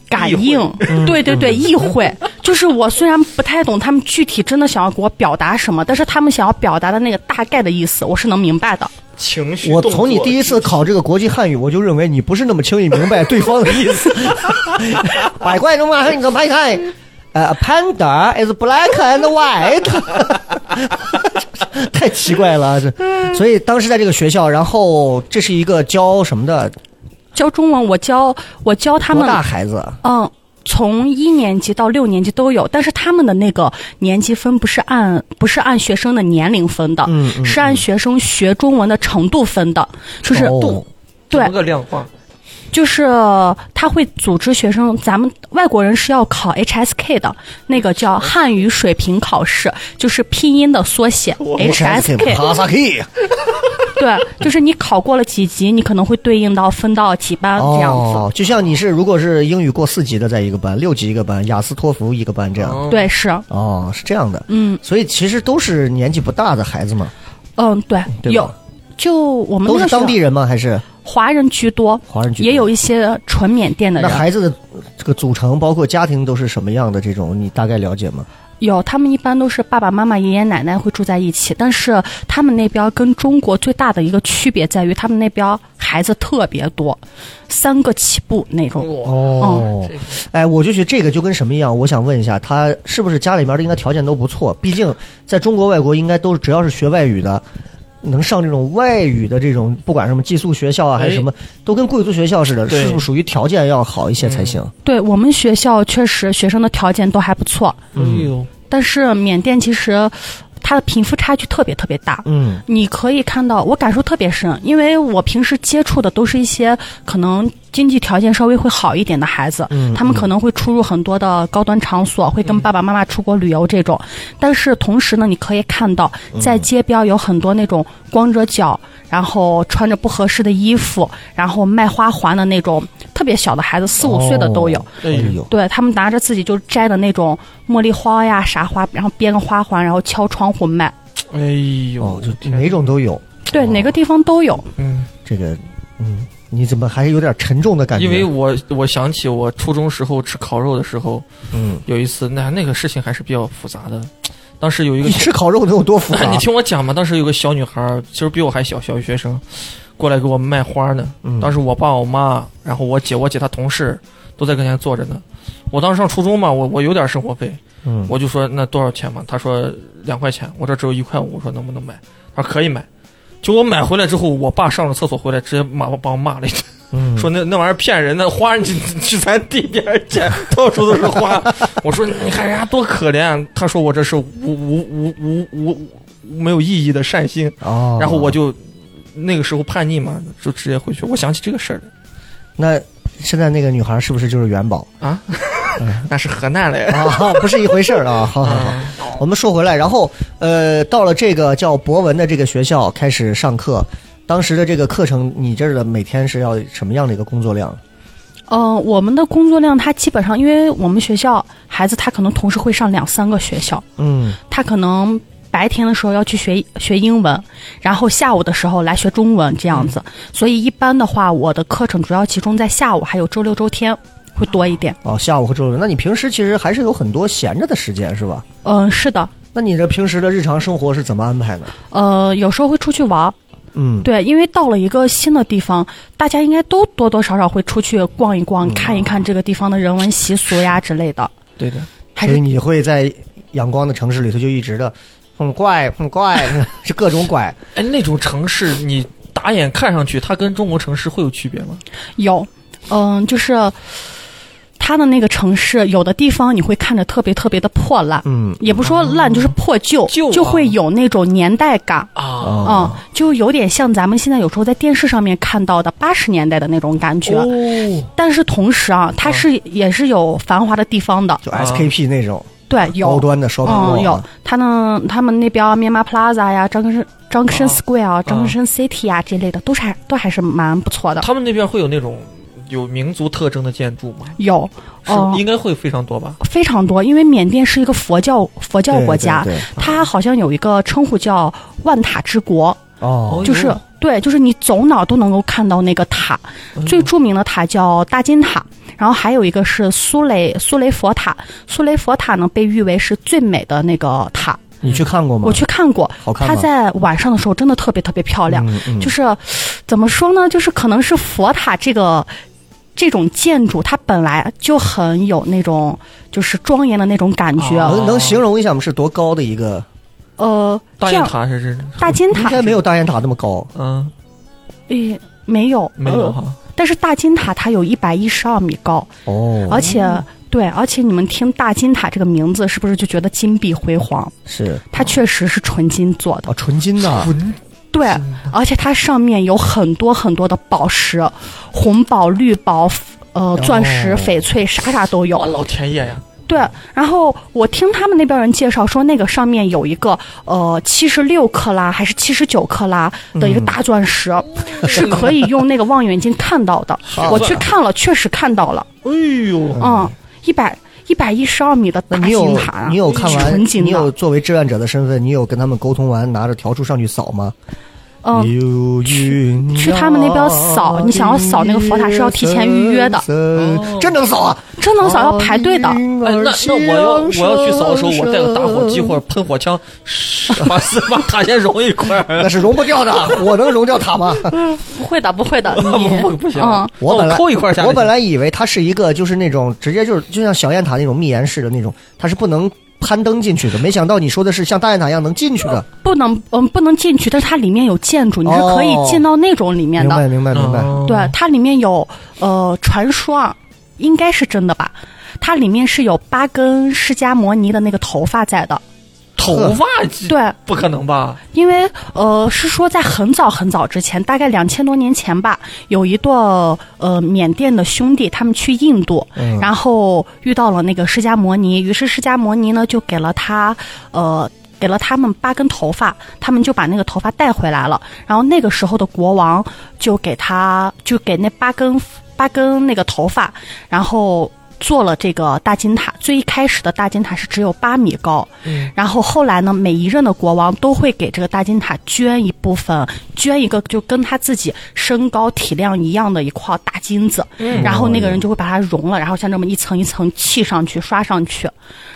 感应意，嗯对对对，意会。就是我虽然不太懂他们具体真的想要给我表达什么，但是他们想要表达的那个大概的意思，我是能明白的。情绪，我从你第一次考这个国际汉语，我就认为你不是那么轻易明白对方的意思。 百怪中嘛，你怎么看？呃、a p a n d a is black and white，太奇怪了啊嗯这。所以当时在这个学校，然后这是一个教什么的教中文，我教我教他多们，大孩子？啊嗯，从一年级到六年级都有，但是他们的那个年级分不是按不是按学生的年龄分的，嗯嗯是按学生学中文的程度分的，就是、哦对怎么，个量化，就是他会组织学生，咱们外国人是要考 HSK 的，那个叫汉语水平考试，就是拼音的缩写 HSK。 Pasaki 对，就是你考过了几级，你可能会对应到分到几班这样子。哦，就像你是如果是英语过四级的，在一个班，六级一个班，雅思托福一个班这样。对，是，哦，是这样的，嗯所以其实都是年纪不大的孩子嘛，嗯，对，对吧有。就我们都那是个当学地人吗？还是华人居多，华人居多也有一些纯缅甸的那人，孩子的这个组成，包括家庭都是什么样的这种，你大概了解吗？有他们一般都是爸爸妈妈、爷爷奶奶会住在一起，但是他们那边跟中国最大的一个区别在于，他们那边孩子特别多，三个起步那种。哇，哦，哎，我就觉得这个就跟什么一样，我想问一下，他是不是家里面的应该条件都不错？毕竟在中国、外国应该都是只要是学外语的，能上这种外语的这种，不管什么寄宿学校啊还是什么，都跟贵族学校似的，哎对是不是属于条件要好一些才行？对我们学校确实学生的条件都还不错，哎呦，但是缅甸其实它的贫富差距特别特别大。嗯，你可以看到，我感受特别深，因为我平时接触的都是一些可能经济条件稍微会好一点的孩子，他们可能会出入很多的高端场所，会跟爸爸妈妈出国旅游这种。但是同时呢，你可以看到在街边有很多那种光着脚，然后穿着不合适的衣服，然后卖花环的那种特别小的孩子，四五岁的都有。哦哎呦，对他们拿着自己就摘的那种茉莉花呀、啥花，然后编个花环，然后敲窗户卖。哎呦，哦，就天哪种都有，对，哪个地方都有。嗯，这个，嗯，你怎么还有点沉重的感觉？因为我我想起我初中时候吃烤肉的时候，嗯，有一次那那个事情还是比较复杂的，当时有一个你吃烤肉能有多 复杂你？听我讲吧，当时有个小女孩儿，其实比我还小，小学生，过来给我卖花呢。嗯当时我爸、我妈，然后我姐、我姐她同事都在跟前坐着呢。我当时上初中嘛，我我有点生活费，嗯我就说那多少钱嘛？她说两块钱，我这只有一块五，我说能不能买？她说可以买。就我买回来之后，我爸上了厕所回来，直接骂把我骂了一顿。嗯说那那玩意儿骗人的，花你你去咱地边儿捡，到处都是花。 我说你看人家多可怜，啊他说我这是无无无无无无没有意义的善心。哦，然后我就那个时候叛逆嘛，就直接回去。我想起这个事儿那现在那个女孩是不是就是元宝了啊，那是河南嘞。啊？不是一回事儿啊！好好好，我们说回来，然后呃，到了这个叫博文的这个学校开始上课，当时的这个课程，你这儿的每天是要什么样的一个工作量？呃，我们的工作量，他基本上，因为我们学校孩子他可能同时会上两三个学校，嗯，他可能白天的时候要去学学英文，然后下午的时候来学中文这样子。所以一般的话，我的课程主要集中在下午，还有周六周天会多一点。哦，下午和周六，那你平时其实还是有很多闲着的时间是吧？嗯、是的，那你这平时的日常生活是怎么安排的？呃，有时候会出去玩儿，嗯，对，因为到了一个新的地方，大家应该都多多少少会出去逛一逛，看一看这个地方的人文习俗呀之类的。对的，还所以是你会在阳光的城市里头就一直的很怪很怪， 是各种怪。哎，那种城市你打眼看上去，它跟中国城市会有区别吗？有，嗯，就是它的那个城市，有的地方你会看着特别特别的破烂，嗯，也不说烂，就是破旧，旧啊就会有那种年代感。啊，哦，嗯，就有点像咱们现在有时候在电视上面看到的八十年代的那种感觉，哦，但是同时啊，它是、也是有繁华的地方的，就 SKP 那种对，有哦哦高端的 shopping mall 嗯，有啊哦他呢，他们那边 m i a m a Plaza 呀、张根 Junction Square 啊、Junction City 啊这类的，都是还都还是蛮不错的。他们那边会有那种有民族特征的建筑吗？有，是哦、应该会非常多吧？非常多，因为缅甸是一个佛教佛教对国对家，对它好像有一个称呼叫万塔之国，哦哦就是、哟对，就是你走哪儿都能够看到那个塔。哦最著名的塔叫大金塔，然后还有一个是苏雷苏雷佛塔。苏雷佛塔呢，被誉为是最美的那个塔。你去看过吗？嗯我去看过，好哦看吗它在晚上的时候真的特别特别漂亮。嗯嗯就是怎么说呢？就是可能是佛塔这个这种建筑，它本来就很有那种就是庄严的那种感觉。哦能能形容一下吗？是多高的一个？呃，大这雁样塔是是，大金应塔该没有大雁塔那么高。嗯，诶没有没有呃哈。但是大金塔它有一百一十二米高，哦，而且、对，而且你们听大金塔这个名字，是不是就觉得金碧辉煌？是它确实是纯金做的，哦，纯金的，对，哦而且它上面有很多很多的宝石，红宝、绿宝。哦呃，钻石、翡翠，啥啥都有哇，。老天爷呀！对，然后我听他们那边人介绍说，那个上面有一个呃七十六克拉还是七十九克拉的嗯一个大 钻石，是可以用那个望远镜看到的。 我去看了，确实看到了，啊哎呦，嗯，一百一百一十二米的那大你金有塔啊，你有看完纯，金你有的，作为志愿者的身份，你有跟他们沟通完，拿着笤帚上去扫吗？嗯，有啊云去他们那边扫你想要扫那个佛塔是要提前预约的哦真能扫啊！真能扫要排队的。嗯哎，那那我要我要去扫的时候，我带个打火机或者喷火枪，把四把塔先融一块儿。 那是融不掉的，我能融掉塔吗？不会的，不 会的，不不不行嗯，那我本来扣一块儿下来。我本来以为它是一个就是那种直接就是就像小雁塔那种密檐式的那种，它是不能攀登进去的。没想到你说的是像大雁塔一样能进去的。不能，嗯，不能进去，但是它里面有建筑，你是可以哦进到那种里面明的。白，明白，明白。哦对，它里面有呃，传说啊，应该是真的吧？它里面是有八根释迦摩尼的那个头发在的，头发对，不可能吧？因为呃是说在很早很早之前，大概两千多年前吧，有一对呃缅甸的兄弟，他们去印度，然后遇到了那个释迦摩尼，于是释迦摩尼呢就给了他呃。给了他们八根头发，他们就把那个头发带回来了。然后那个时候的国王就给他，就给那八根八根那个头发，然后做了这个大金塔。最一开始的大金塔是只有八米高，然后后来呢，每一任的国王都会给这个大金塔捐一部分，捐一个就跟他自己身高体量一样的一块大金子，然后那个人就会把它融了，然后像这么一层一层砌上去、刷上去，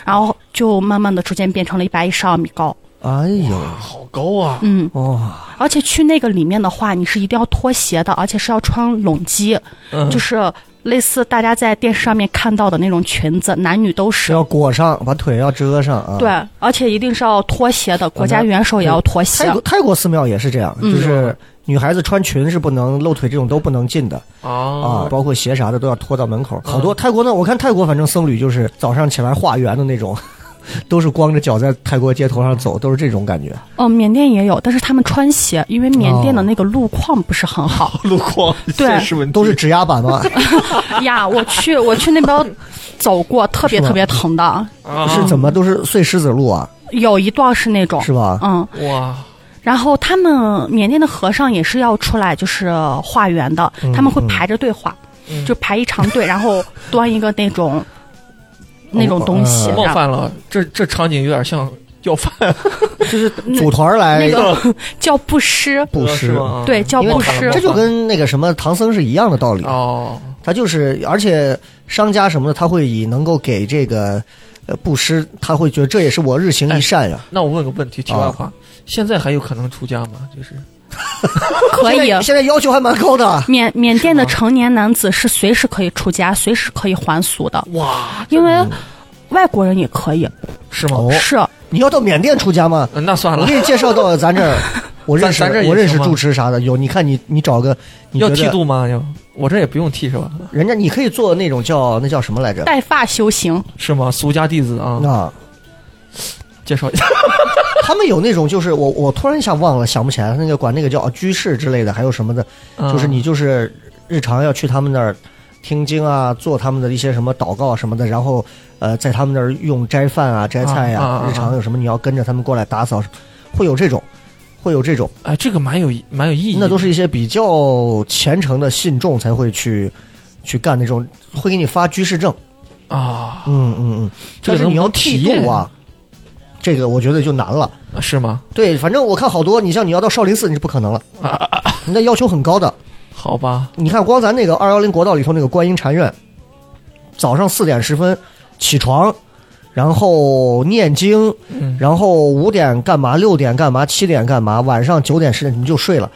然后就慢慢的逐渐变成了一百一十二米高。哎呦，好高啊！嗯，哇，而且去那个里面的话，你是一定要脱鞋的，而且是要穿拢基，嗯就是类似大家在电视上面看到的那种裙子，男女都是是。要裹上，把腿要遮上啊。对，而且一定是要脱鞋的，国家元首也要脱鞋。泰国泰国寺庙也是这样，就是女孩子穿裙是不能露腿，这种都不能进的啊啊，，包括鞋啥的都要拖到门口。好多泰国呢，我看泰国反正僧侣就是早上起来化缘的那种， 都是光着脚在泰国街头上走，都是这种感觉。哦，缅甸也有，但是他们穿鞋，因为缅哦甸的那个路况不 是很好、路况对现实问题都是指压板吗？呀。我去，我去那边走过，特别特别疼的，啊哦是怎么都是碎石子路啊，有一段是那种，是吧？嗯，哇，然后他们缅甸的和尚也是要出来就是化缘的，嗯他们会排着队化，就排一长队，然后端一个那种。哦那种东呃西，冒然后犯了，这这场景有点像要饭，就是组团儿来那个叫布施，布施，是哦吗对叫因为布他施这就跟那个什么唐僧是一样的道理。哦，他就是，而且商家什么的，他会以能够给这个呃布施，他会觉得这也是我日哎行一善呀、那我问个问题，题啊外话，现在还有可能出家吗？就是可以现在。现在要求还蛮高 的，缅缅甸的是吗成年男子是随时可以出家，随时可以还俗嗯的。哇，因为外国人也可以，是吗？哦是你要到缅甸出家吗？呃那算我了给，你介绍到咱这 儿，我认识咱咱这儿也我认识行吗住持啥的，有你看你你找个，你要觉剃得度吗？要我这也不用剃是吧？人家你可以做那种叫那叫什么来着？带发修行，是吗？俗家弟子啊，啊，介绍一下。他们有那种就是我我突然一下忘了想不起来，那个管那个叫啊居士之类的，还有什么的， 嗯就是你就是日常要去他们那儿听经啊，做他们的一些什么祷告啊什么的，然后呃在他们那儿用斋饭啊、斋菜呀、啊啊啊啊日常有什么你要跟着他们过来打扫，会有这种，会有这种，哎，这个蛮有蛮有意义的。那都是一些比较虔诚的信众才会去去干那种，会给你发居士证。啊，嗯嗯嗯，这但个是能你要不能体剃验度啊，这个我觉得就难了。是吗？对，反正我看好多，你像你要到少林寺，你是不可 能了，你那要求很高的。好吧，你看，光咱那个二幺零国道里头那个观音禅院，早上四点十分起床，然后念经，嗯然后五点干嘛，六点干嘛，七点干嘛，晚上九点十点你就睡了，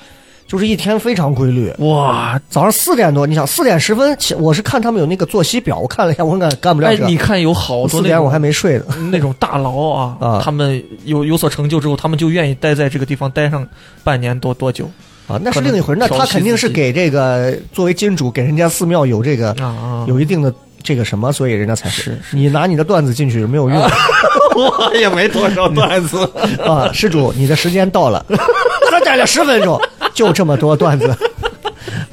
就是一天非常规律。哇，早上四点多，你想四点十分起，我是看他们有那个作息表，我看了一下，我干干不了哎，这。你看有好多四那点我种还没睡呢。那种大佬啊， 啊他们有有所成就之后，他们就愿意待在这个地方待上半年多多久啊，那是另一回事。那他肯定是给这个作为金主给人家寺庙有这个啊啊！有一定的这个什么，所以人家才会是啊你拿你的段子进去是没有用的我也哎没多少段子，啊。施主，你的时间到 了，还待了十分钟，就这么多段子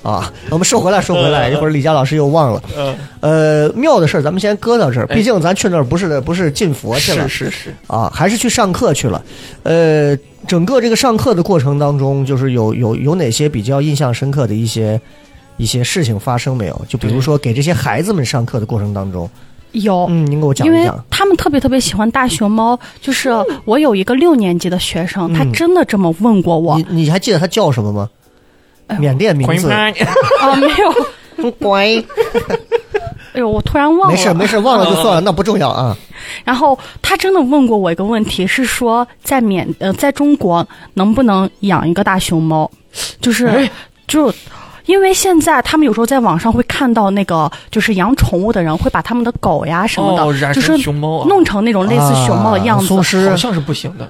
啊。我们说回来，说回来，一会儿李佳老师又忘了。嗯呃，庙的事儿咱们先搁到这儿，哎毕竟咱去那儿不是不是进佛去了是，是是，啊，还是去上课去了。呃，整个这个上课的过程当中，就是有有有哪些比较印象深刻的一些一些事情发生没有？就比如说给这些孩子们上课的过程当中，有，嗯，您给我讲因一为讲。他们特别特别喜欢大熊猫。就是我有一个六年级的学生，他真的这么问过我，嗯你你还记得他叫什么吗？缅甸名欢迎字，拍啊，没有， 乖， 哎呦，我突然忘了。没事没事，忘了就算了，那不重要啊。然后他真的问过我一个问题，是说在缅呃在中国能不能养一个大熊猫？就是、哎就。因为现在他们有时候在网上会看到那个，就是养宠物的人会把他们的狗呀什么的，哦染就成是熊猫啊弄成那种类似熊猫的样啊子，松狮好像是不行的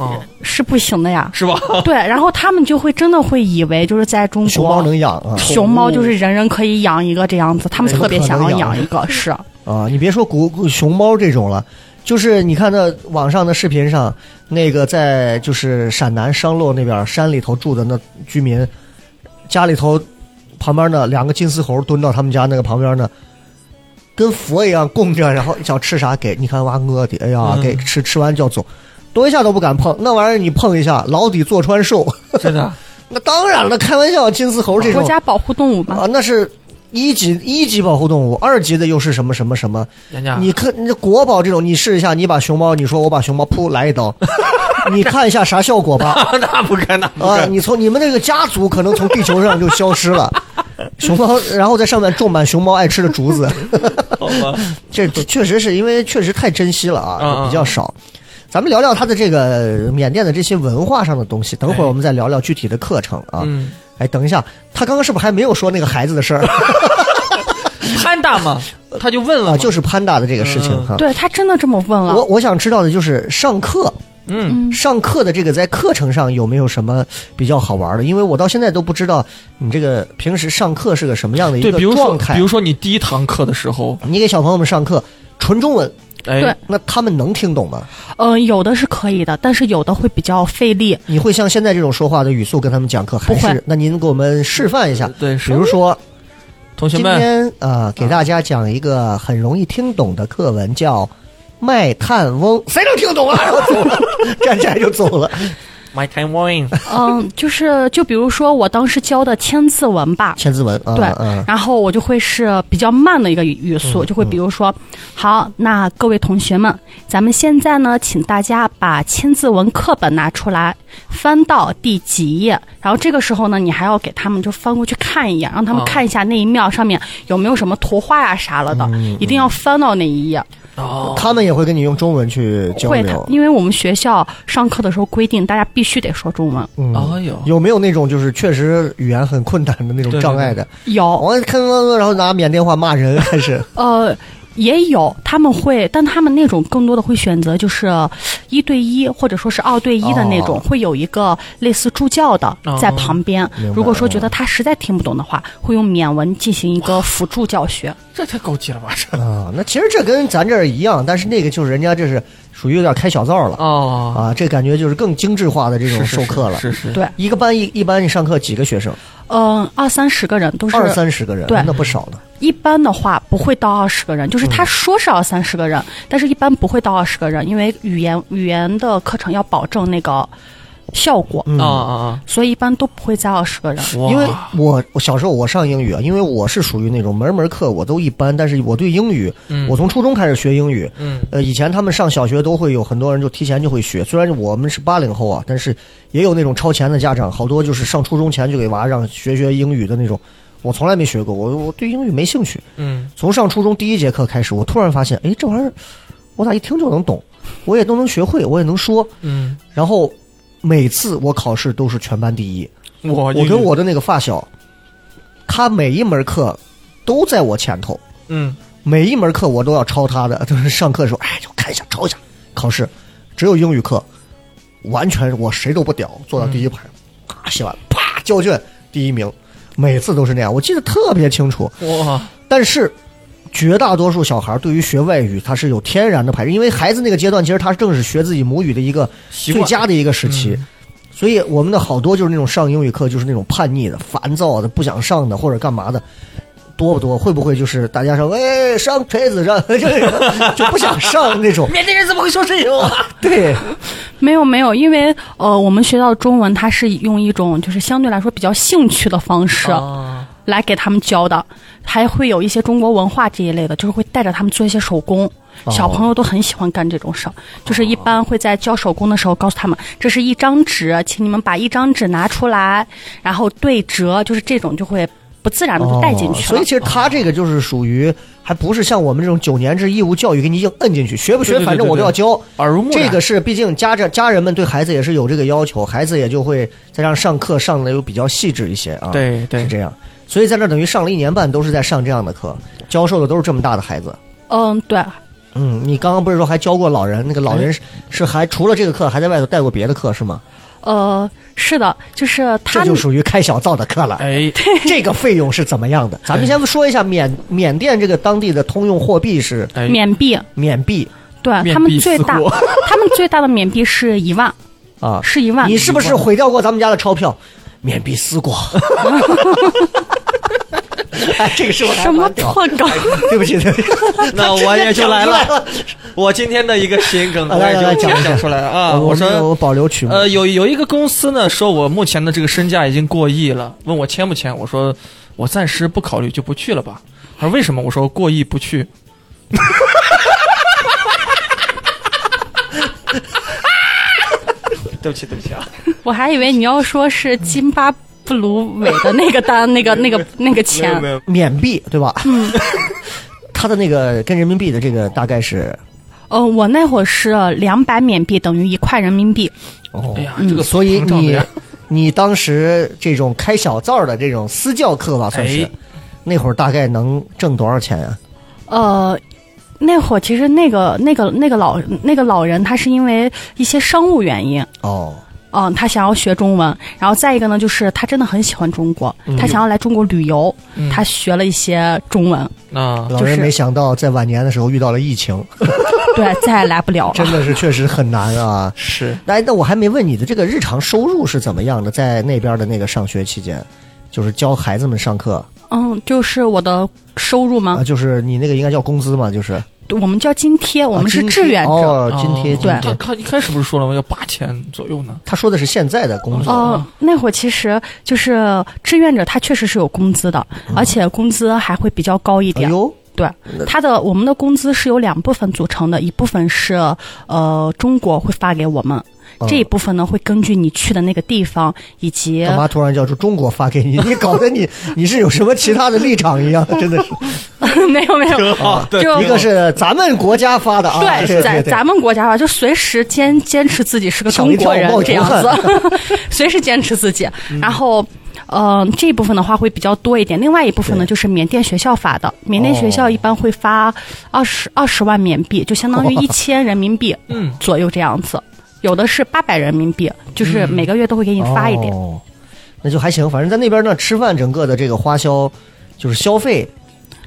啊，。是不行的呀是吧？对，然后他们就会真的会以为就是在中国熊猫能养啊熊猫就是人人可以养一个这样子，他们特别想要养一个，是啊！你别说古古熊猫这种了。就是你看那网上的视频上，那个在就是陕南商洛那边山里头住的那居民，家里头旁边呢两个金丝猴蹲到他们家那个旁边呢，跟佛一样供着，然后想吃啥给，你看哇我的，哎呀嗯给吃吃完就要走，多一下都不敢碰，那玩意儿你碰一下牢底坐穿寿， 真 的啊那当然了，开玩笑，金丝猴这国种家保护动物嘛。啊那是。一级一级保护动物，二级的又是什么什么什么？人家 你看，你这国宝这种，你试一下，你把熊猫，你说我把熊猫噗来一 刀，你看一下啥效果吧。 那不敢，那不啊，敢，你从你们那个家族可能从地球上就消失 了，熊猫，然后在上面种满熊猫爱吃的竹子，好吧？ 这这确实是因为确实太珍惜了嗯啊，嗯比较少。咱们聊聊它的这个缅甸的这些文化上的东西，等会儿哎我们再聊聊具体的课程啊。嗯，哎，等一下，他刚刚是不是还没有说那个孩子的 事儿潘大嘛，他就问啊？了嘛，就是潘达的这个事情嗯哈。对他真的这么问我了，我想知道的就是上课，嗯，上课的这个在课程上有没有什么比较好玩的？因为我到现在都不知道你这个平时上课是个什么样的一对，个比如说状态。比如说你第一堂课的时候，你给小朋友们上课纯中文，哎对，那他们能听懂吗？嗯，有的是可以的，但是有的会比较费 力。你会像现在这种说话的语速跟他们讲课，还不是会？那您给我们示范一下，对，比如说同学今们，天啊、呃给大家讲一个很容易听懂的课文，叫《卖炭翁》， 谁能听懂啊？然后走了， 站起来就走了。 My time wine， 嗯，就是就比如说我当时教的千字文吧，千字文啊，对嗯，然后我就会是比较慢的一个语语速，就会比如说，好，那各位同学们，咱们现在呢，请大家把千字文课本拿出来，翻到第几页，然后这个时候呢，你还要给他们就翻过去看一眼，让他们啊看一下那一面上面有没有什么图画呀、啥了的，嗯一定要翻到那一页。哦，他们也会跟你用中文去交会的流，。因为我们学校上课的时候规定，大家必须得说中文。嗯哦哎呦，有没有那种就是确实语言很困难的那种对哦障碍的？哦有，我看然后拿缅甸话骂人， 还是呃。也有，他们会，但他们那种更多的会选择就是一对一或者说是二对一的那种，哦会有一个类似助教的哦在旁边。明白如果说觉得他实在听不懂的话，会用缅文进行一个辅助教学。这太高级了 吧？这啊？那其实这跟咱这儿一样，但是那个就是人家这是属于有点开小灶了哦，啊，这感觉就是更精致化的这种是是授课了。是是，对一个班一一班，你上课几个学生？嗯、二三十个人都是二三十个人，对那不少了。一般的话不会到二十个人，就是嗯他说是二三十个人，但是一般不会到二十个人，因为语言语言的课程要保证那个效果，嗯啊啊所以一般都不会加二十个人。啊！哇因为我我小时候我上英语啊，因为我是属于那种门门课我都一般，但是我对英语，嗯我从初中开始学英语。嗯呃，以前他们上小学都会有很多人就提前就会学，虽然我们是八零后啊，但是也有那种超前的家长，好多就是上初中前就给娃让学学英语的那种。我从来没学过，我我对英语没兴趣。嗯从上初中第一节课开始，我突然发现，哎，这玩意儿我咋一听就能懂，我也都能学会，我也能说。嗯，然后每次我考试都是全班第一，我我跟我的那个发小，他每一门课都在我前头，嗯每一门课我都要抄他的， 就是上课的时候，哎，就看一下抄一下。考试只有英语课，完全我谁都不屌，坐到第一排，啪写完，啪交卷第一名，每次都是那样，我记得特别清楚。哇但是绝大多数小孩对于学外语，他是有天然的排斥，因为孩子那个阶段，其实他正是学自己母语的一个习最惯嗯佳的一个时期。所以我们的好多就是那种上英语课就是那种叛逆的、烦躁的、不想上的或者干嘛的，多不多？会不会就是大家说，哎，上锤子上， 这个就不想上那 种？缅甸人怎么会说这种话？对，没有没有，因为呃，我们学到中文，它是用一种就是相对来说比较兴趣的方式啊来给他们教的，还会有一些中国文化这一类的，就是会带着他们做一些手工。小朋友都很喜欢干这种事儿，就是一般会在教手工的时候告诉他们，这是一张纸，啊请你们把一张纸拿出来，然后对折，就是这种就会不自然的就带进去哦所了。以其实他这个就是属于，还不是像我们这种九年制义务教育给你硬摁进去，学不学对对对反正我都对要教。耳濡目染这个是毕竟家长家人们对孩子也是有这个要求，孩子也就会再让上课上的又比较细致一些啊。，对对是这样。所以在这儿等于上了一年半，都是在上这样的课，教授的都是这么大的孩子。嗯，对，嗯，你刚刚不是说还教过老人？那个老哎人是是还除了这个课，还在外头带过别的课是吗？呃，是的，就是他这就属于开小灶的课了。 哎这个费用是怎么样的？咱们先说一下缅缅甸这个当地的通用货币是 哎缅币，缅币对面他们壁最思大过，他们最大的缅币是一万，啊。是一万。你是不是毁掉过咱们家的钞票？缅币撕过。哎，这个是我还什么蛮屌破梗？对不起，对不起，那我也就来了，了。我今天的一个新 梗，来我来也来就讲一下讲出来了啊！我我们说我保留曲目。呃，有有一个公司呢，说我目前的这个身价已经过亿了，问我签不签？我说我暂时不考虑，就不去了吧。他说为什么？我说过亿不去。 对不起，对不起啊！ 我还以为你要说是津巴布鲁韦的那个单，那个那个那个没有钱没，有，缅币对吧？ 嗯，它的那个跟人民币的这个大概是，呃，我那会儿是两百缅币等于一块人民币，哦哎呀，这个所以膨胀的你呀你当时这种开小灶的这种私教课吧，算是哎那会儿大概能挣多少钱啊呀？呃。那会儿其实那个那个那个老那个老人，他是因为一些商务原因，哦，嗯，他想要学中文，然后再一个呢，就是他真的很喜欢中国，嗯他想要来中国旅游，嗯他学了一些中文，啊，老人是没想到在晚年的时候遇到了疫情，对，再也来不了真了。的是确实很难啊。是哎，那我还没问你的这个日常收入是怎么样的，在那边的那个上学期间，就是教孩子们上课嗯，就是我的收入吗啊，？就是你那个应该叫工资嘛，就是我们叫津贴，我啊们是津志贴愿者。哦，津贴哦津他贴。他一开始不是说了吗？要八千左右呢。他说的是现在的工作，哦，那会儿其实就是志愿者，他确实是有工资的，而且工资还会比较高嗯一哎点。呦，对，他的我们的工资是由两部分组成的，一部分是呃中国会发给我们，嗯这一部分呢会根据你去的那个地方以及干嘛突然叫出中国发给你？你搞得你你是有什么其他的立场一样，真 的是。 没有没有，好，对就一个是咱们国家发的啊，对对，咱咱们国家吧，就随时坚坚持自己是个中国人吓我一这跳样冒嗯子， 随时坚持自己。然后，呃，这一部分的话会比较多一点，另外一部分呢对哦就是缅甸学校发的，缅甸学校一般会发二十二十万缅币，就相当于一千人民币嗯左右这样子。有的是八百人民币，嗯就是每个月都会给你发一点。哦，那就还行。反正在那边呢，吃饭整个的这个花销，就是消费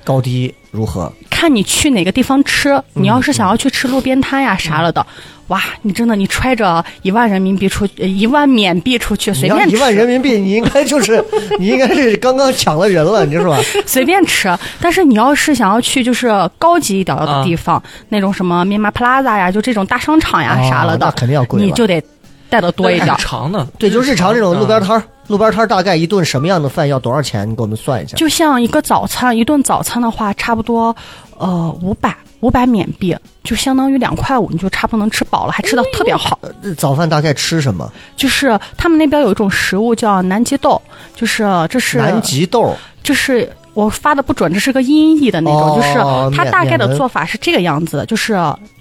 高低如何？看你去哪个地方吃，嗯你要是想要去吃路边摊呀、啥了的，哇，你真的你揣着一万人民币出，呃一万缅币出去随你要便吃，一万人民 币，你应该就是你应该是刚刚抢了人了，你知道吧？ 随便吃。但是你要是想要去就是高级一点的地方，那种什么 Mima Plaza 呀，就这种大商场呀、啊啥了的，那肯定要贵了你就得带的多一点日儿，常的， 对，就日啊常这种路边嗯摊儿，路边摊儿大概一顿什么样的饭要多少钱？你给我们算一下。就像一个早餐，一顿早餐的话，差不多呃五百五百缅币，就相当于两块五，你就差不多能吃饱了，还吃的特别好。呃早饭大概吃什么？就是他们那边有一种食物叫南极豆，就是这是南极豆，就是我发的不准，这是个音译的那种，哦就是它缅大概缅的文做法是这个样子的，就是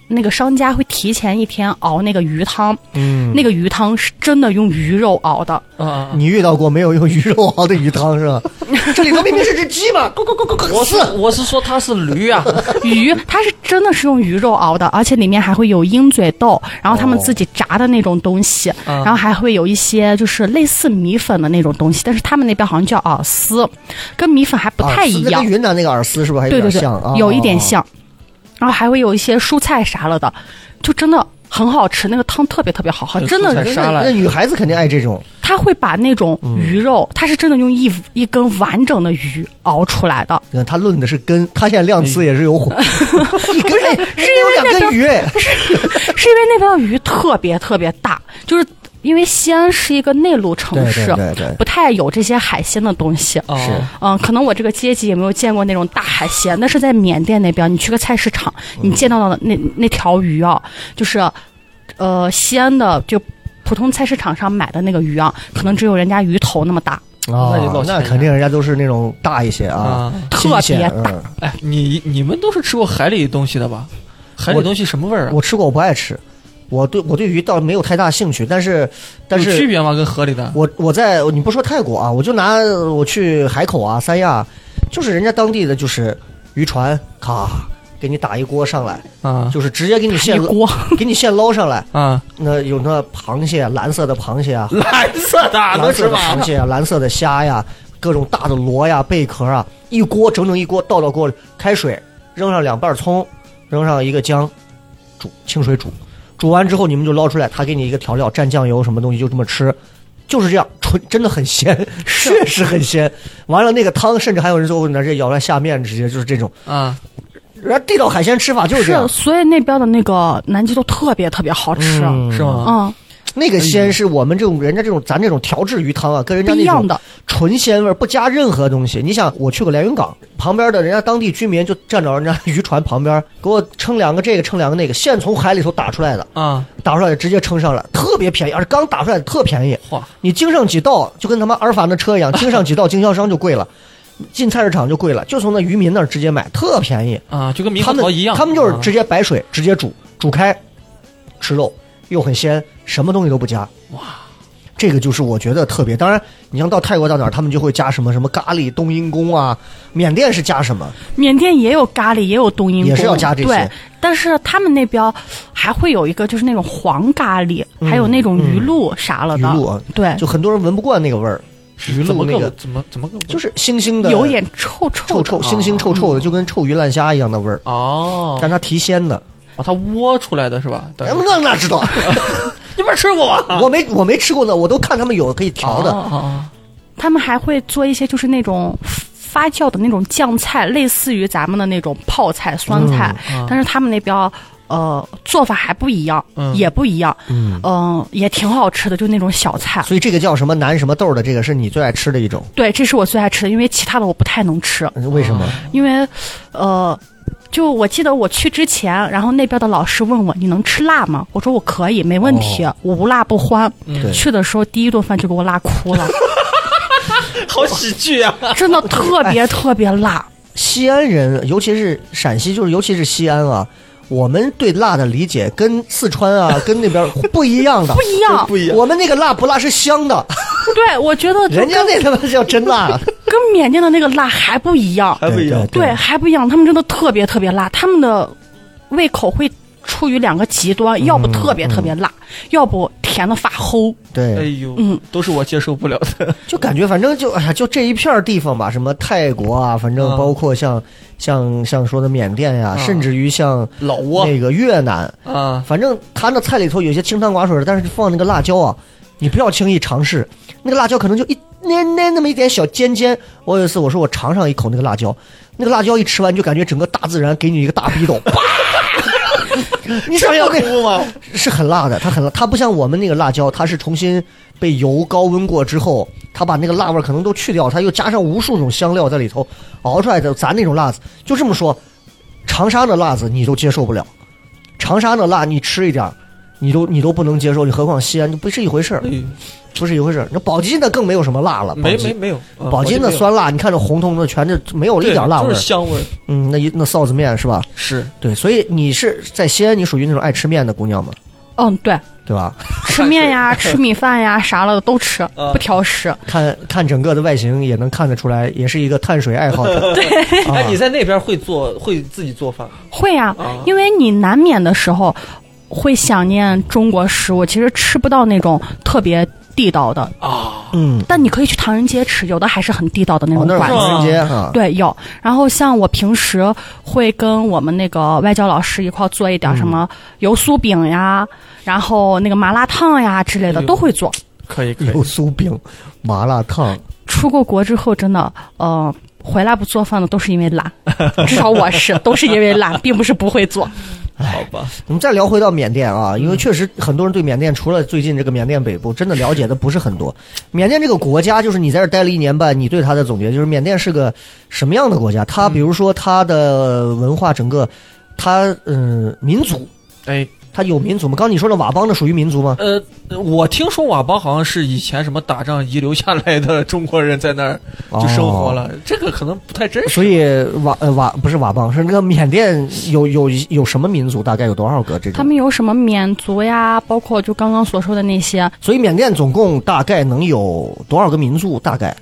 那个商家会提前一天熬那个鱼汤，嗯，那个鱼汤是真的用鱼肉 熬的，啊，你遇到过没有用鱼肉熬的鱼汤是吧？ 啊这里头明明是只 鸡嘛，咕咕咕咕咕，我是是我是说它是 驴啊，鱼它是真的是用鱼肉熬的，而且里面还会有鹰嘴豆，然后他们哦自己炸的那种东西，啊然后还会有一些就是类似米粉的那种东西，但是他们那边好像叫饵丝，跟米粉还啊不太一样跟。云南那个饵丝是不是还有对对点对像啊？，有一点哦。像。然后还会有一些蔬菜啥了的，就真的很好吃，那个汤特别特别好喝，那个真蔬的菜。那沙拉那女孩子肯定爱这种，他会把那种嗯鱼肉，他是真的用一一根完整的鱼熬出来的。你看她论的是根，她现在量词也是 有火，一根哎，是有两根鱼哎，是因为那边的鱼特别特别大，就是因为西安是一个内陆城对市，对对对不太有这些海鲜的东西。啊是嗯，可能我这个阶级也没有见过那种大海鲜，但是在缅甸那边，你去个菜市场，嗯你见到的那那条鱼啊，就是，呃，西安的就普通菜市场上买的那个鱼啊，可能只有人家鱼头那么大，啊那就老，钱那肯定人家都是那种大一些啊，啊，新特鲜别嗯大。哎，你你们都是吃过海里东西的吧？海里我东西什么味儿啊？我吃过，我不爱吃，我对我对鱼倒没有太大兴趣，但是但有区是别吗？跟河里的？我我在你不说泰国啊，我就拿我去海口啊、三亚，就是人家当地的就是渔船，咔给你打一锅上来，啊就是直接给你一现锅，给你现捞上来，啊，那有那螃蟹，蓝色的螃蟹啊，蓝色的蓝色的螃蟹啊，蓝色的虾呀，各种大的螺呀、贝壳啊，一锅整整一锅倒到锅里，开水扔上两瓣葱，扔上一个姜，煮清水煮，煮完之后你们就捞出来，他给你一个调料，蘸酱油什么东西就这么吃。就是这样，纯真的很鲜， 确实很鲜。完了，那个汤甚至还有人最后拿这舀来下面，直接就是这种。 啊，人家地道海鲜吃法就是这是，啊样，所以那边的那个南极都特别特别好吃。嗯是吗？那个鲜是我们这种人家这种咱这种调制鱼汤啊，跟人不家那一样种的，纯鲜味儿，不加任何东西。你想，我去过连云港旁边的人家当地居民就站到人家渔船旁边，给我称两个这个，称两个那个，现从海里头打出来的，啊，打出来的直接称上来，特别便宜，而且刚打出来的特便宜。嚯，你经上几道，就跟他妈阿尔法那车一样，经上几道经销商就贵了，进菜市场就贵了，就从那渔民那儿直接买，特便宜。啊，就跟猕他猴桃们一样，他们就是啊直接白水直接煮，煮开吃肉，又很鲜，什么东西都不加。哇，这个就是我觉得特别。当然，你像到泰国到哪儿，他们就会加什么什么咖喱、冬阴功啊。缅甸是加什么？缅甸也有咖喱，也有冬阴功，也是要加这些对，但是他们那边还会有一个就是那种黄咖喱，还有那种鱼露啥嗯了鱼的，露啊，对，就很多人闻不惯那个味儿，鱼怎露么那个个啊怎么怎么个就是是腥腥的，有点臭臭臭的臭、啊腥腥臭臭的，就跟臭鱼烂虾一样的味儿。哦，但它提鲜的，把它窝出来的是吧？但哎是那哪知道？你们吃过 吗？我没我没吃过呢，我都看他们有可以调的。啊他们还会做一些就是那种发酵的那种酱菜，类似于咱们的那种泡菜、酸菜，嗯啊但是他们那边呃做法还不一样，嗯也不一样，嗯嗯、也挺好吃的，就那种小菜。所以这个叫什么南什么豆儿的，这个是你最爱吃的一种，嗯对，这是我最爱吃的，因为其他的我不太能吃。为什么？因为，呃，就我记得我去之前，然后那边的老师问我你能吃辣吗？我说我可以，没问题，我无辣不欢。哦嗯对去的时候第一顿饭就给我辣哭了， 好喜剧啊！真的特别特别辣。西安人，尤其是陕西，就是尤其是西安啊，我们对辣的理解跟四川啊，跟那边不一样的，不一样， 不一样我们那个辣不辣是香 的，对我觉得就人家那他妈叫真辣，跟缅甸的那个辣还不一样，还不一样，对，还不一样。他们真的特别特别辣，他们的胃口会处于两个极嗯端，要不特别特别辣，要不甜的发齁。对哎对，呦，嗯，都是我接受不了的。就感觉反正就哎呀，就这一片儿地方吧，什么泰国啊，反正嗯包括像、像像说的缅甸呀、嗯甚至于像老挝那个越南，啊，反正他那菜里头有些清汤寡水的，但是放那个辣椒啊，你不要轻易尝试。那个辣椒可能就一那那那么一点小尖尖。我有一次我说我尝上一口那个辣椒，那个辣椒一吃完就感觉整个大自然给你一个大逼斗，啪， 你想想那个哎哭吗？是很辣的，它很辣，它不像我们那个辣椒，它是重新被油高温过之后，它把那个辣味儿可能都去掉，它又加上无数种香料在里头熬出来的。咱那种辣子，就这么说，长沙的辣子你都接受不了，长沙的辣你吃一点儿，你都你都不能接受，你何况西安，就不是一回事儿，不是一回事儿。那宝鸡那更没有什么辣了，宝嗯没鸡没没有，啊宝鸡那没有酸辣，你看这红彤彤的，全是没有一对点儿辣味儿。就是香味儿，嗯，那一那臊子面是吧？是对，所以你是在西安，你属于那种爱吃面的姑娘嘛，嗯，对，对吧？吃面呀，吃米 饭呀，啥了的都吃，嗯啊不挑食。看看整个的外形也能看得出来，也是一个碳水爱好 者。啊对， 哎，你在那边会做，会自己做饭？会呀、嗯啊因为你难免的时候会想念中国食物，其实吃不到那种特别地道的，啊，嗯，但你可以去唐人街吃，有的还是很地道的那啊哦种那是馆是子。吗唐人街哈，对，有。然后像我平时会跟我们那个外教老师一块儿做一点什嗯么油酥饼呀，然后那个麻辣烫呀之类的哎呦都会做。可以可以有，酥饼、麻辣烫，出过国之后，真的，呃，回来不做饭的都是因为懒，至少我是，都是因 为懒，并不是不会做。好吧？我们再聊回到缅甸啊，嗯因为确实很多人对缅甸，除了最近这个缅甸北部，真的了解的不是很多。缅甸这个国家，就是你在这儿待了一年半，你对它的总结就是缅甸是个什么样的国家？它比如说嗯它的文化，整个它嗯、民族，哎，它有民族吗？刚刚你说的佤邦的属于民族吗？呃，我听说佤邦好像是以前什么打仗遗留下来的中国人在那儿哦就生活了，这个可能不太真实。 所以瓦呃瓦不是瓦邦，是那个缅甸有有有什么民族？大概有多少个这他种？们有什么缅族呀，包括就刚刚所说的那些，所以缅甸总共大概能有多少个民族？大概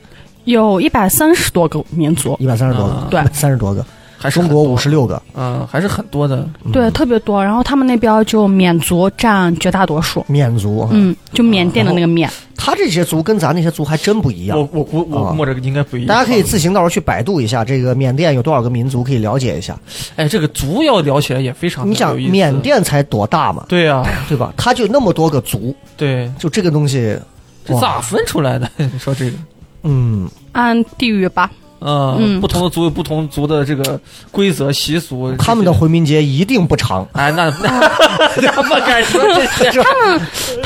有一百三十多个民族，一百三十多个啊，嗯对三十多个。还是中很国多五十六个，嗯，还是很多的。对，特别多。然后他们那边就缅族占绝大多数，缅族啊，嗯，就缅甸的那个缅，他这些族跟咱那些族还真不一我样。我估我啊估摸着应该不一样。啊大家可以自行到时候去百度一下，这个缅甸有多少个民族，可以了解一下。哎，这个族要聊起来也非常你的想啊有意思缅甸才多大嘛，对呀、对吧？它就那么多个族，对，就这个东西，这哇咋分出来的？ 你说这个，嗯，按地域吧，嗯，嗯不同的族有不同族的这个规则习俗，这些他们的回民节一定不长。哎，那 那那不敢说 这些。他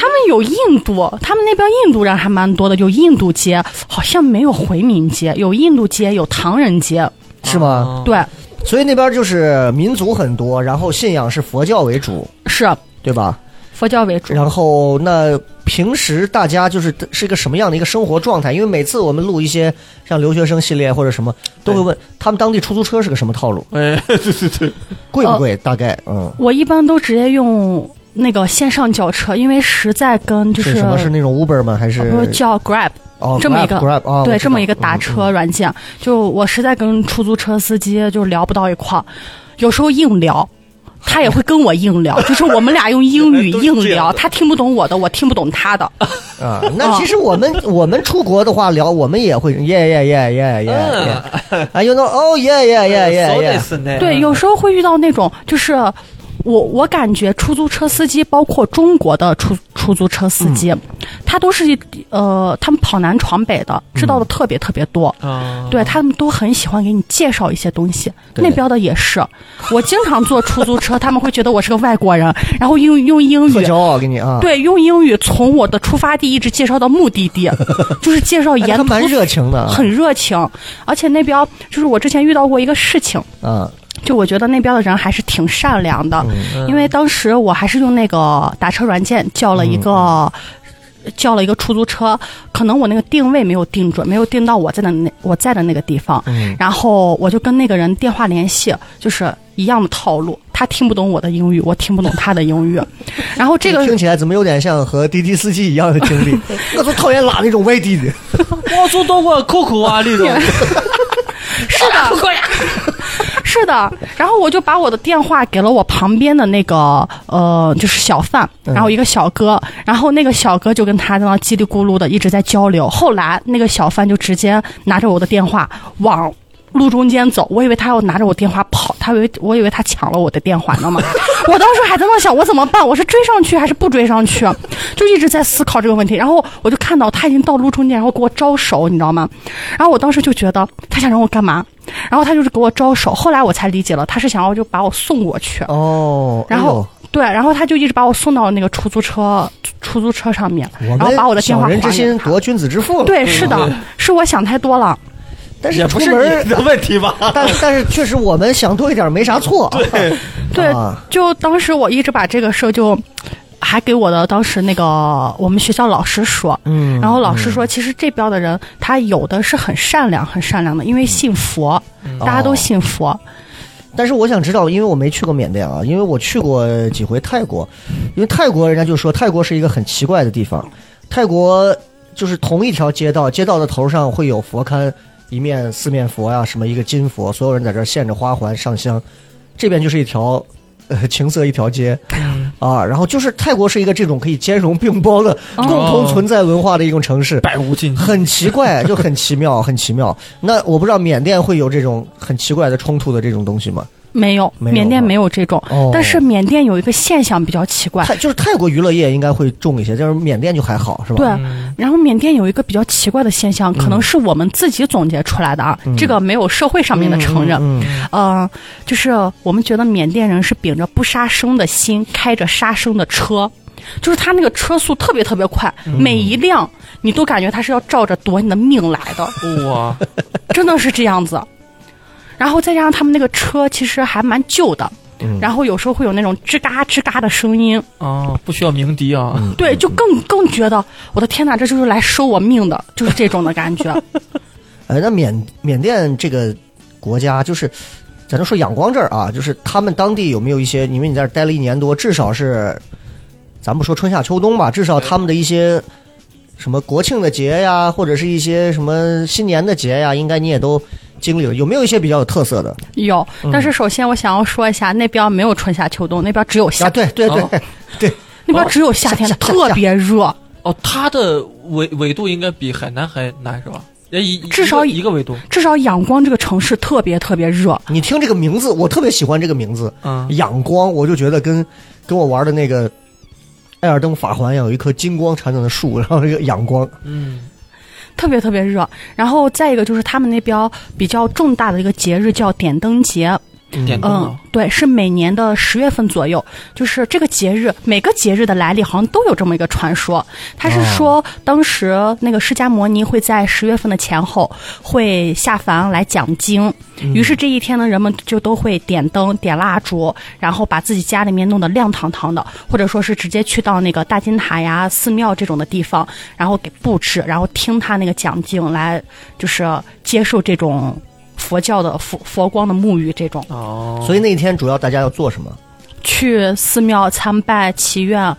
们有印度，他们那边印度人还蛮多的，有印度街，好像没有回民街，有印度街，有唐人街，是啊吗？对，所以那边就是民族很多，然后信仰是佛教为主，是对吧？佛教为主。然后那平时大家就是是一个什么样的一个生活状态？因为每次我们录一些像留学生系列或者什么，都会问他们当地出租车是个什么套路，哎，对对对，哦贵不贵？大概嗯，我一般都直接用那个线上叫车，因为实在跟就是什么？是那种 Uber 吗？还不是是叫 Grab 哦这么一个 Grab 啊？对这么一个打打车软件，就我实在跟出租车司机就聊不到一块儿，有时候硬聊。他也会跟我硬聊，就是我们俩用英语都是这样硬的聊，他听不懂我的，我听不懂他的。啊。哦那其实我 们我们出国的话聊，我们也会耶耶耶耶耶嗯耶，哎，you know oh yeah yeah yeah yeah yeah。耶嗯对，有时候会遇到那种，就是我我感觉出租车司机，包括中国的出出租车司机，嗯他都是呃，他们跑南闯北的，知道的特别特别多。啊，对他们都很喜欢给你介绍一些东西，哦对那边的也是。我经常坐出租车，他们会觉得我是个外国人，然后用用英特语骄，傲，给你啊！对，用英语从我的出发地一直介绍到目的 地，就是介绍哎，沿还途，蛮热情的啊很热情。而且那边就是我之前遇到过一个事情，啊。就我觉得那边的人还是挺善良的，嗯嗯因为当时我还是用那个打车软件叫了一个。叫了一个出租车，可能我那个定位没有定准，没有定到我在的那我在的那个地嗯方，然后我就跟那个人电话联系，就是一样的套路，他听不懂我的英语，我听不懂他的英语，然后这个听起来怎么有点像和滴滴司机一样的经 历？我就讨厌拉那种外地的。我做到过 QQ 啊， 这种是的，是的。然后我就把我的电话给了我旁边的那个呃，就是小贩，然后一个小哥，然后那个小哥就跟他在那叽里咕噜的一直在交流。后来那个小贩就直接拿着我的电话往。路中间走，我以为他要拿着我电话跑，他以为我以为他抢了我的电话，你知道吗？我当时还在那 想，我怎么办？我是追上去还是不追上去？就一直在思考这个问题。然后我就看到他已经到路中间，然后给我招手，你知道吗？然后我当时就觉得他想让我干嘛？然后他就是给我招手，后来我才理解了，他是想要就把我送过去。哦，然后对，然后他就一直把我送到那个出租车出租车上面，哎呦我然后们把我的电小话还人之给心嗯他。夺君子之腹了。对，是的，是我想太多了。但是也不出是门儿你，的问题吧？但但是确实我们想多一点没啥错。对对啊，就当时我一直把这个事儿就。还给我的当时那个我们学校老师说，嗯然后老师说，其实这边的人他有的是很善良、很善良的，因为信佛，嗯大家哦都信佛，但是我想知道，因为我没去过缅甸啊，因为我去过几回泰国，因为泰国人家就说泰国是一个很奇怪的地方，泰国就是同一条街道，街道的头上会有佛龛，一面四面佛呀、什么一个金佛，所有人在这儿献着花环上香，这边就是一条。 呃，情色一条街，啊，然后就是泰国是一个这种可以兼容并包的、共同存在文化的一种城市，百无禁忌， 很奇怪，就很奇妙，很奇妙。那我不知道缅甸会有这种很奇怪的冲突的这种东西吗？没有，没有缅甸吧没有这种。哦但是缅甸有一个现象比较奇怪，泰就是泰国娱乐业应该会重一些，但是缅甸就还好，是吧？对，啊然后缅甸有一个比较奇怪的现象，可嗯能是我们自己总结出来的啊，这个没有社会上面的承认。嗯，呃，就是我们觉得缅甸人是秉着不杀生的心，开着杀生的车，就是他那个车速特别特别快，嗯每一辆你都感觉他是要照着夺你的命来 的，哇，真的是这样子。然后再加上他们那个车其实还蛮旧的，嗯然后有时候会有那种吱嘎吱嘎的声音，啊，不需要鸣笛啊，对，就更更觉得我的天呐，这就是来收我命的，就是这种的感觉。哎，那缅缅甸这个国家就是。咱就说仰光这儿啊，就是他们当地有没有一些，因为你在这儿待了一年多，至少是，咱不说春夏秋冬吧，至少他们的一些什么国庆的节呀，或者是一些什么新年的节呀，应该你也都经历了，有没有一些比较有特色的？有，嗯但是首先我想要说一下，那边没有春夏秋冬，那边只有夏，啊，对对对、哦对，那边只有夏天，哦夏夏特别热。哦，它的纬纬度应该比海南还难是吧？也一至少一个一个纬度，至少仰光这个城市特别特别热，你听这个名字，我特别喜欢这个名字，嗯，仰光，我就觉得跟跟我玩的那个《艾尔登法环》一样，有一棵金光缠绕的树，然后这个仰光，嗯，特别特别热。然后再一个就是他们那边比较重大的一个节日叫点灯节，点灯嗯啊，，对，是每年的十月份左右，就是这个节日，每个节日的来历好像都有这么一个传说。他是说，当时那个释迦摩尼会在十月份的前后会下凡来讲经，于是这一天呢，人们就都会点灯、点蜡烛，然后把自己家里面弄得亮堂堂的，或者说是直接去到那个大金塔呀、寺庙这种的地方，然后给布置，然后听他那个讲经来，就是接受这种。佛教的佛佛光的沐浴这种，哦，所以那一天主要大家要做什么？去寺庙参拜、祈愿，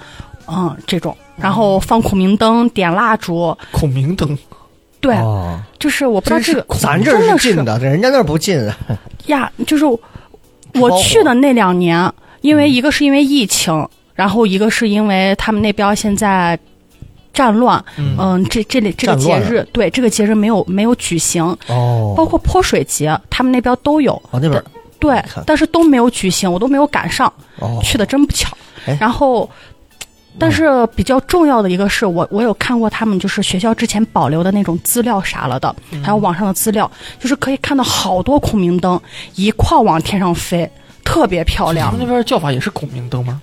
嗯，这种，然后放孔明灯、点蜡烛，孔明灯，对，哦，就是我不知道真是这个咱这真儿的近的，人家那儿不近。呀，就是包嗯我火去的那两年，因为一个是因为疫情，然后一个是因为他们那边现在战乱，嗯嗯，这这里这个战节乱日，对这个节日没有没有举行，哦包括泼水节，他们那边都有，哦那边儿对看，但是都没有举行，我都没有赶上。哦，去的真不巧哎。嗯然后，但是比较重要的一个是我我有看过他们就是学校之前保留的那种资料啥了的，还有网上的资料，就是可以看到好多孔明灯一块儿往天上飞，特别漂他亮们。那边叫法也是孔明灯吗？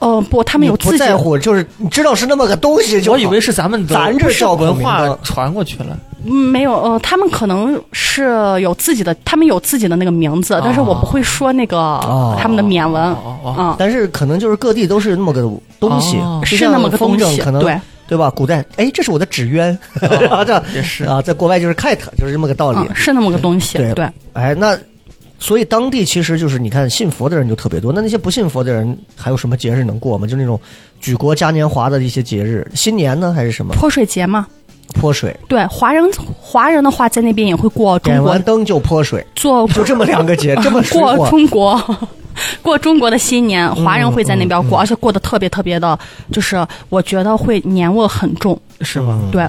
呃，不，他们有你不自己在乎，就是你知道是那么个东西就好我以为是咱们的，咱这不是叫孔文明化灯传过去了，嗯没有，呃，他们可能是有自己的，他们有自己的那个名字，但是哦我不会说那个他们的缅文哦哦哦啊，但是可能就是各地都是那么个东西，哦就是像那么个风东筝西可能对对吧？古代，哎，这是我的纸鸢， 啊这也是啊，在国外就是 cat，就是这么个道理。嗯，是那么个东西，对对。哎，那所以当地其实就是你看信佛的人就特别多，那那些不信佛的人还有什么节日能过吗？就那种举国嘉年华的一些节日，新年呢还是什么泼水节嘛，泼水，对，华人华人的话在那边也会过中点国完灯就泼水，做就这么两个节， 这么水嗯过火。中国。 过中国的新年，华人会在那嗯边过，而且过得特别特别的，就是我觉得会年味很重。是嗯吗？对，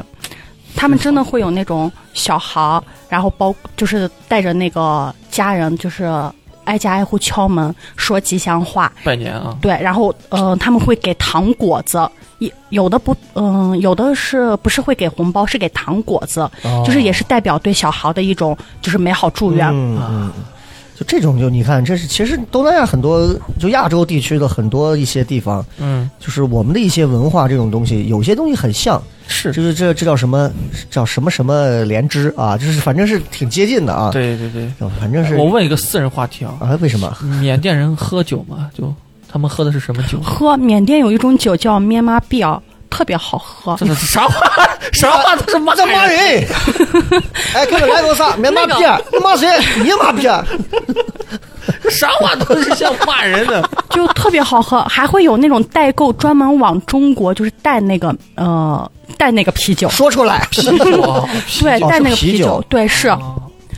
他们真的会有那种小孩儿，然后包就是带着那个家人，就是哎挨家挨户敲门，说吉祥话。拜年啊，对，然后呃，他们会给糖果子，有有的不，嗯、有的是不是会给红包，是给糖果子，哦就是也是代表对小豪的一种就是美好祝愿。嗯嗯，就这种就你看，这是其实东南亚很多就亚洲地区的很多一些地方，嗯，就是我们的一些文化这种东西，有些东西很像，是就是这这叫什么叫什么什么莲枝啊，就是反正是挺接近的啊。，对对对。反正是我问一个私人话题啊，啊，为什么？缅甸人喝酒吗？就他们喝的是什么酒？喝缅甸有一种酒叫咩妈碧尔，啊特别好喝这。是啥话？ 啥话？他是骂这骂人。 人！哎，给我来个 啥？别骂那个别，骂谁？你骂别。啥话都是像骂人的。就特别好喝，还会有那种代购专门往中国就是带那个呃带那个啤酒，说出来。啤 哇对，带那个啤酒酒，对是。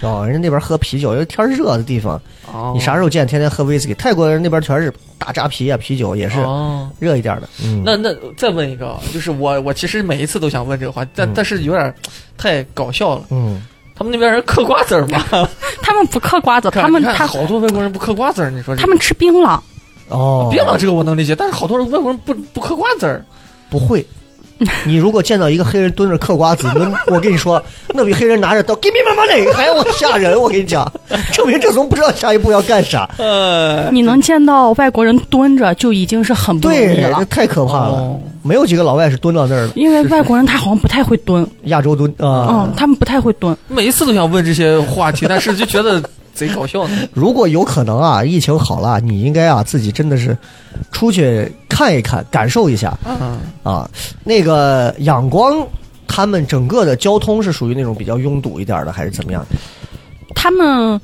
哦，人家那边喝啤酒，因为天儿热的地方，哦你啥时候见天天喝威士忌？泰国人那边全是大扎啤啊，啤酒也是哦，热一点的。嗯，那那再问一个啊，就是我我其实每一次都想问这个话题，但、但是有点太搞笑了。嗯，他们那边人嗑瓜子儿吗？他们不嗑瓜子，看他们你看他好多外国人不嗑瓜子儿，你说这他们吃槟榔，哦，槟榔这个我能理解，但是好多人外国人不不嗑瓜子儿，不会。你如果见到一个黑人蹲着嗑瓜子，那我跟你说，那比黑人拿着刀 “give me my money” 还要吓人。我跟你讲， 证明这怂不知道下一步要干啥。呃，你能见到外国人蹲着就已经是很不容易对，了这，太可怕了哦。没有几个老外是蹲到那儿的，因为外国人他好像不太会蹲，亚洲蹲啊。嗯，他们不太会蹲。每一次都想问这些话题，但是就觉得贼搞笑呢。如果有可能啊，疫情好了，你应该啊自己真的是出去看一看，感受一下嗯，啊。那个仰光，他们整个的交通是属于那种比较拥堵一点的，还是怎么样？他们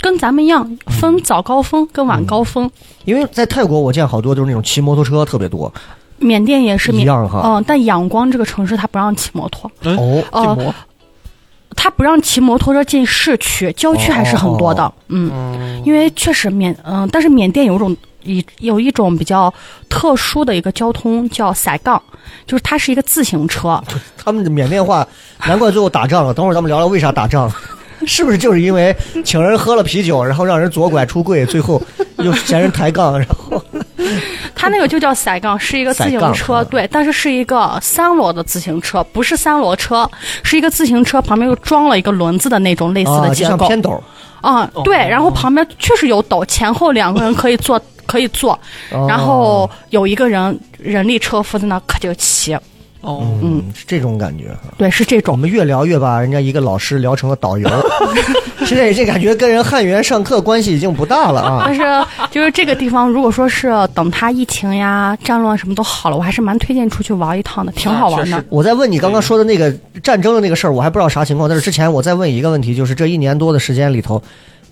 跟咱们一样嗯分早高峰跟晚高峰，因为在泰国，我见好多就是那种骑摩托车特别多。缅甸也是一缅样哈啊嗯，但仰光这个城市它不让骑摩托，嗯哦，哦、魔，他不让骑摩托车进市区，郊区还是很多的。哦嗯，嗯，因为确实缅嗯、但是缅甸有一种一有一种比较特殊的一个交通叫塞杠，就是它是一个自行车。他们的缅甸话，难怪最后打仗了。等会儿咱们聊聊为啥打 仗，是不是就是因为请人喝了啤酒，然后让人左拐出柜，最后又嫌人抬杠，然后它那个就叫塞杠，是一个自行塞杠车，嗯对，但是是一个三轮的自行车，不是三轮车，是一个自行车，旁边又装 了一个轮子的那种类似啊，的就结像构。偏斗。啊、哦对，然后旁边确实有斗，前后两个人可以坐，可以坐，哦然后有一个人人力车夫在那可就骑，哦，嗯，是这种感觉哈。对，是这我种。们越聊越把人家一个老师聊成了导游，现在这感觉跟人汉源上课关系已经不大了啊。但是就是这个地方，如果说是等它疫情呀、战乱什么都好了，我还是蛮推荐出去玩一趟的，挺好玩啊的确。我在问你刚刚说的那个战争的那个事儿，我还不知道啥情况。但是之前我再问一个问题，就是这一年多的时间里头，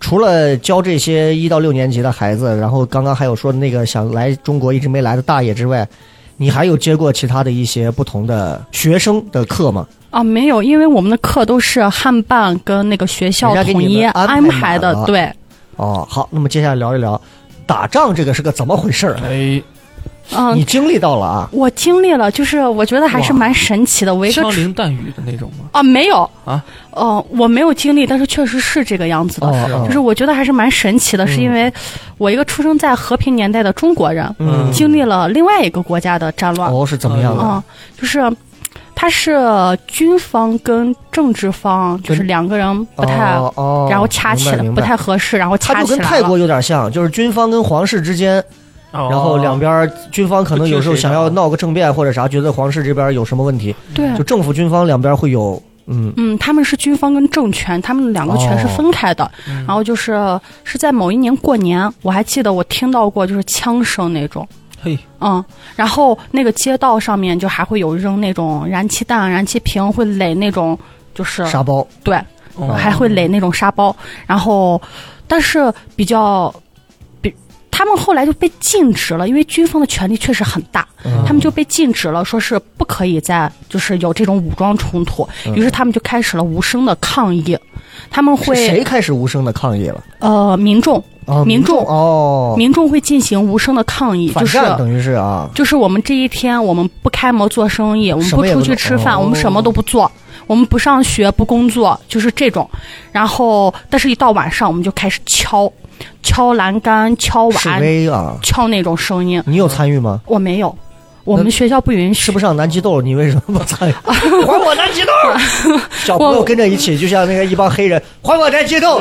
除了教这些一到六年级的孩子，然后刚刚还有说的那个想来中国一直没来的大爷之外，你还有接过其他的一些不同的学生的课吗？啊，没有，因为我们的课都是汉办跟那个学校人家给统你一们安排安排满的了，对，哦，好，那么接下来聊一聊打仗这个是个怎么回事儿？啊哎，你嗯。经历到了啊？我经历了，就是我觉得还是哇蛮神奇的。我一个枪林弹雨的那种吗？啊，没有啊，哦，我没有经历，但是确实是这个样子的。哦，哦就是我觉得还是蛮神奇嗯的，是因为我一个出生在和平年代的中国人，嗯经历了啊另外一个国家的战乱，哦是怎么样的？嗯，就是他是军方跟政治方就是两个人不太，哦哦、然后掐起来明白明不白太合适，然后它掐就起跟来泰了国。有点像，就是军方跟皇室之间，然然后两边儿军方可能有时候想要闹个政变或者啥，觉得皇室这边有什么问题，对，就政府军方两边会有，嗯，嗯，他们是军方跟政权，他们两个权哦是分开的。嗯然后就是是在某一年过年，我还记得我听到过就是枪声那种。嘿，嗯，然后那个街道上面就还会有扔那种燃气弹、燃气瓶，会垒那种就是沙包，对，嗯哦还会垒那种沙包。然后，但是比较，比他们后来就被禁止了，因为军方的权力确实很大，嗯他们就被禁止了，说是不可以再就是有这种武装冲突。于是他们就开始了无声的抗议，他们嗯是谁会开始无声的抗议了？呃民众啊，民众众哦，民众会进行无声的抗议，反就是战等于是啊，就是我们这一天，我们不开门做生意，我们什么也不出做去吃饭，哦我们什么都不做，我们不上学不工作，就是这种。然后，但是一到晚上我们就开始敲，敲栏杆、敲示瓦、威啊，敲那种声音。你有参与吗？我没有，我们学校不允许。吃不上南极豆，你为什么不 参与？还我南极豆！小朋友跟着一起，就像那个一帮黑人，还我南极豆！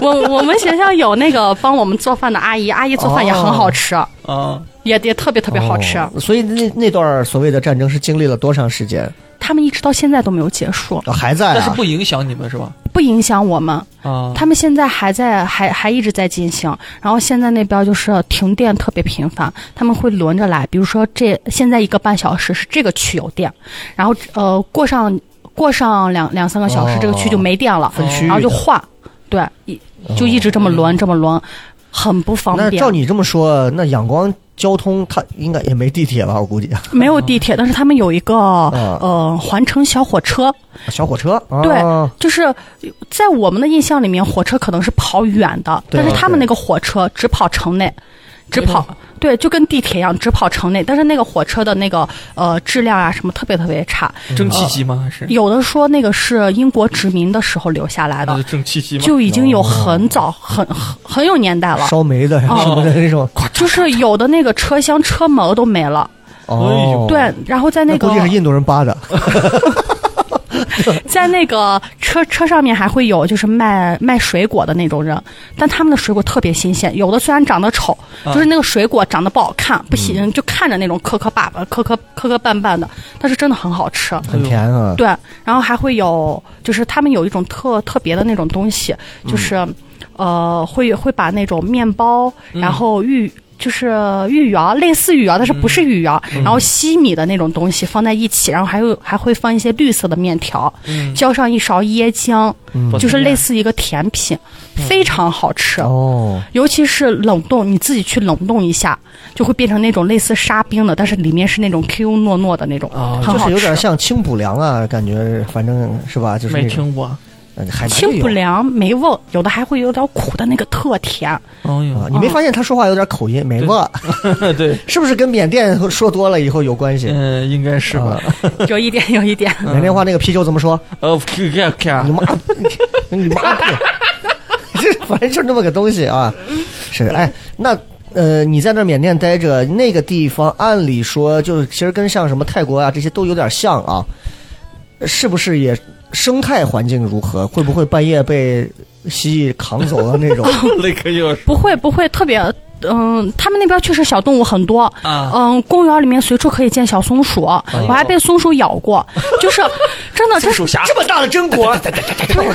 我我们学校有那个帮我们做饭的阿姨，阿姨做饭也很好吃，啊，也也特别特别好吃。啊哦所以那那段所谓的战争是经历了多长时间？他们一直到现在都没有结束，啊还在但是啊？不影响你们是吧？不影响我们。嗯啊，他们现在还在，还还一直在进行。然后现在那边就是停电特别频繁，他们会轮着来，比如说这现在一个半小时是这个区有电，然后呃过上过上两两三个小时、哦这个区就没电了，分区域哦然后就换，对，一就一直这么轮、这么轮，很不方那便照。你这么说，那仰光交通它应该也没地铁吧？我估计 没有地铁，但是他们有一个嗯呃环城小火车，小火车。啊、对就是在我们的印象里面，火车可能是跑远的，对但是他们那个火车只跑城内，只跑对，就跟地铁一样，只跑城内。但是那个火车的那个呃质量啊什么特别特别差，蒸汽机吗？还是有的说那个是英国殖民的时候留下来那的是，蒸汽机吗？就已经有哦很早很很很有年代了。烧煤的呀哦什么的那 种。就是有的那个车厢车门都没了，哎哦，对，然后在那个估计是印度人扒的。在那个车车上面还会有就是卖卖水果的那种人，但他们的水果特别新鲜，有的虽然长得丑，就是那个水果长得不好看，不行，就看着那种磕磕巴巴、磕磕磕磕绊绊的，但是真的很好吃。很甜啊，对，然后还会有，就是他们有一种特特别的那种东西，就是，呃，会会把那种面包，然后芋。就是芋圆儿，类似芋圆儿，但是不是芋圆儿，然后西米的那种东西放在一起，然后还有还会放一些绿色的面条，嗯浇上一勺椰浆，嗯就是类似一个甜品，非常好吃。哦，尤其是冷冻，你自己去冷冻一下，就会变成那种类似沙冰的，但是里面是那种 Q 糯糯的那种，啊哦就很是好有点吃。像清补凉啊，感觉反正是吧，就是没那种听过。嗯海南就清有补凉没味，有的还会有点苦的那个特甜。哎啊，呦，你没发现他说话有点口音，没吧？ 对，是不是跟缅甸说多了以后有关系？啊嗯，应该是吧？有一点，有一点。 缅甸话那个啤酒怎么说？呃，这个啊你妈，你妈逼！这反正就那么个东西啊。是哎，那呃，你在那缅甸待着，那个地方按理说就是其实跟像什么泰国啊这些都有点像啊，是不是也生态环境如何？会不会半夜被蜥蜴扛走的 那种？那个又不会，不会，特别，嗯，他们那边确实小动物很多。啊，哎嗯，公园里面随处可以见小松鼠，我还被松鼠咬过，就是 真的，这是侠这么大的榛 果，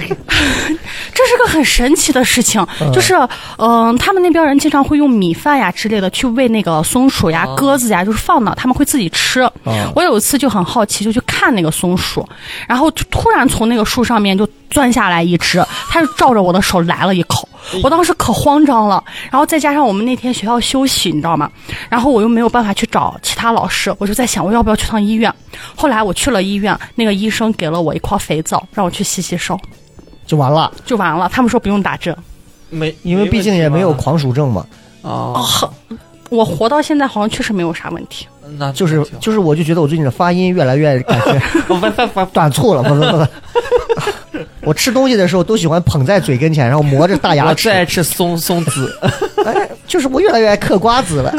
这是个很神奇的事情，就是，嗯、他们那边人经常会用米饭呀之类的去喂那个松鼠呀、哦鸽子呀，就是放那，他们会自己吃。啊我有一次就很好奇，就去看那个松鼠，然后就突然从那个树上面就钻下来一只，它就照着我的手来了一口，我当时可慌张了。然后再加上我们那天学校休息，你知道吗？然后我又没有办法去找其他老师，我就在想我要不要去趟医院。后来我去了医院，那个医生给了我一块肥皂，让我去洗洗手。就完了，就完了，他们说不用打针，没，因为毕竟也没有狂鼠症嘛。啊，我活到现在好像确实没有啥问题。那就是就是，我就觉得我最近的发音越来越感觉 我翻翻翻短促了，不不不。 我吃东西的时候都喜欢捧在嘴跟前，然后磨着大牙我齿最。爱吃松松子，哎，就是我越来越爱嗑瓜子 了。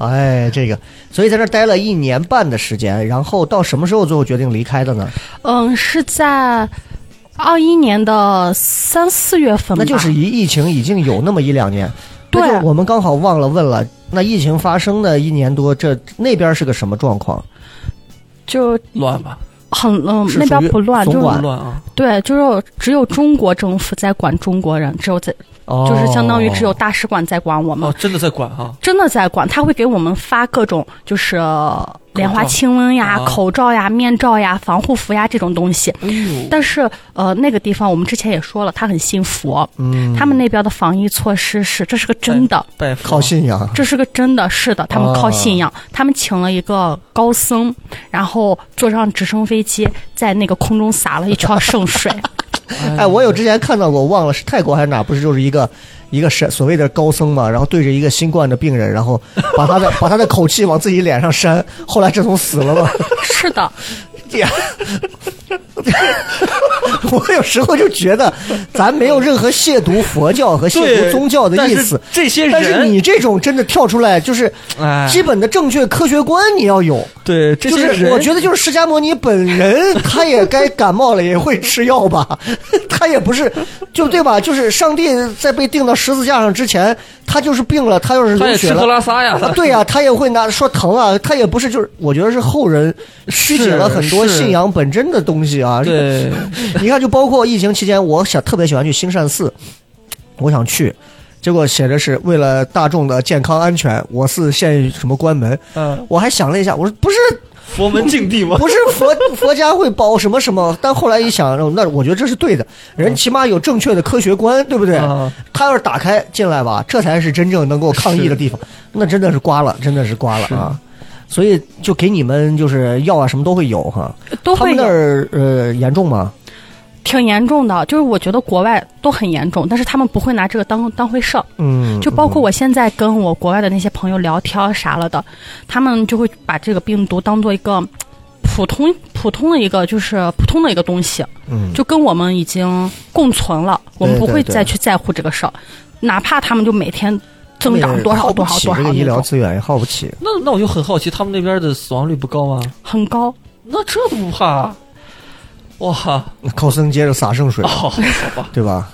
哎，这个，所以在这儿待了一年半的时间，然后到什么时候最后决定离开的呢？嗯，是在二一年的三四月份那吧，就是一疫情已经有那么一两年。对啊那就我们刚好忘了问了，那疫情发生的一年多，这那边是个什么状况？就乱吧，很嗯是那边属于不乱，总就管是不乱啊，对，就是只有中国政府在管中国人，只有在、哦，就是相当于只有大使馆在管我们。哦，真的在管哈，真的在管，他会给我们发各种就是莲花清瘟呀、啊口罩呀、面罩呀、防护服呀这种东西。哎呦，但是呃，那个地方我们之前也说了，他很信佛，嗯他们那边的防疫措施是这是个真的，拜佛靠信仰。这是个真的，是的，他们靠信啊仰，他们请了一个高僧，然后坐上直升飞机，在那个空中洒了一圈 圣水。嗯哎，我有之前看到过，我忘了是泰国还是哪，不是就是一个一个是所谓的高僧嘛，然后对着一个新冠的病人，然 后把他的把他的口气往自己脸上扇，后来这从死了嘛，是的，这样， 我有时候就觉得咱没有任何亵渎佛教和亵渎对宗教的意思。但是这些人，但是你这种真的跳出来，就是哎基本的正确科学观你要有。对这就些人，是我觉得就是释迦摩尼本人，他也该感冒了，也会吃药吧？ 他也不是，就对吧？就是上帝在被钉到十字架上之前，他就是病了，他要是他也流血吃了喝，拉撒呀，啊，对呀、他也会拿说疼啊，他也不是就是，我觉得是后人曲解了很多是信仰本真的东西啊。对，你看，就包括疫情期间，我想特别喜欢去兴善寺，我想去，结果写着是为了大众的健康安全，我寺现什么关门， 嗯，我还想了一下，我说不是佛门禁地嘛，不是佛佛家会保什么什么，但后来一想，那我觉得这是对的，人起码有正确的科学观，对不对？啊他要是打开进来吧，这才是真正能够抗议的地方，那真的是瓜了，真的是瓜了啊！所以就给你们就是药啊什么都会有哈，都他会们那有。儿呃严重吗？挺严重的，就是我觉得国外都很严重，但是他们不会拿这个当当回事儿。嗯，就包括我现在跟我国外的那些朋友聊天啥了的，他们就会把这个病毒当做一个普通普通的一个就是普通的一个东西，嗯就跟我们已经共存了，我们对不会对再对去在乎这个事儿，哪怕他们就每天增长多少耗不多少起多这少个医那疗种，资源也耗不起，那那我就很好奇，他们那边的死亡率不高吗？很高。那这都不怕？啊哇，那高僧接着洒圣水，哦，好吧，对吧？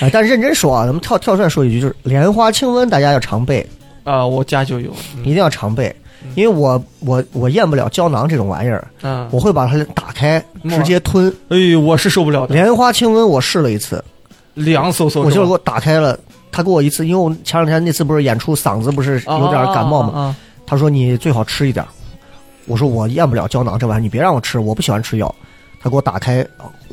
哎，但认真说啊，咱们跳跳出来说一句，就是莲花清瘟大家要常备，啊，我家就有，一定要常备，因为我我我咽不了胶囊这种玩意儿，嗯，我会把它打开沫儿直接吞。哎呦，我是受不了的，莲花清瘟我试了一次，凉飕飕。我就是给吧我打开了，他给我一次，因为我前两天那次不是演出嗓子不是有点感冒嘛，啊，他说你最好吃一点儿，我说我咽不了胶囊这玩意儿，你别让我吃，我不喜欢吃药。他给我打开，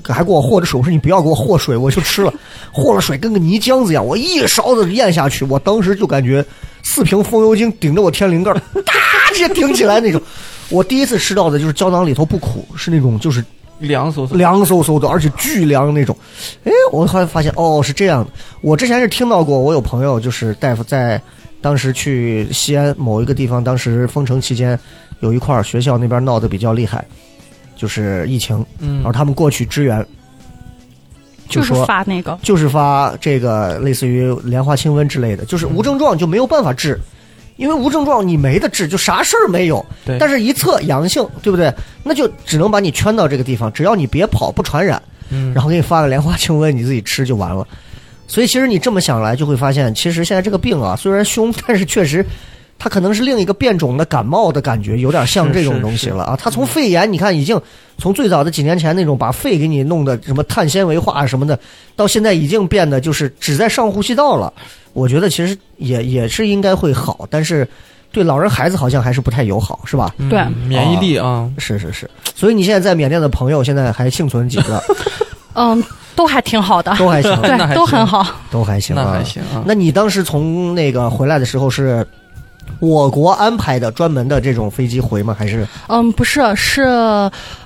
还给我和着水。我说你不要给我和水，我就吃了。和了水跟个泥浆子一样，我一勺子咽下去，我当时就感觉四瓶风油精顶着我天灵盖儿， 哒直接顶起来那种。我第一次吃到的就是胶囊里头不苦，是那种就是凉飕飕。凉飕飕的，而且巨凉那种。哎，我后来发现哦是这样的。我之前是听到过，我有朋友就是大夫在当时去西安某一个地方，当时封城期间有一块儿学校那边闹得比较厉害，就是疫情，嗯然后他们过去支援，就就是说。发那个，就是发这个类似于莲花清瘟之类的，就是无症状就没有办法治，因为无症状你没得治，就啥事儿没有。对但是一测阳性，对不对？那就只能把你圈到这个地方，只要你别跑不传染，嗯然后给你发个莲花清瘟，你自己吃就完了。所以其实你这么想来，就会发现，其实现在这个病啊，虽然凶，但是确实。它可能是另一个变种的感冒的感觉，有点像是这种是东西是了啊！它从肺炎，你看已经从最早的几年前那种把肺给你弄的什么碳纤维化什么的，到现在已经变得就是只在上呼吸道了。我觉得其实也也是应该会好，但是对老人孩子好像还是不太友好，是吧？嗯对免疫力啊，是是是，所以你现在在缅甸的朋友现在还幸存几 个，嗯，都还挺好的，都还行，那还对，都行很好。都还行、啊，那还行啊。那你当时从那个回来的时候是我国安排的专门的这种飞机回吗？还是嗯，不是，是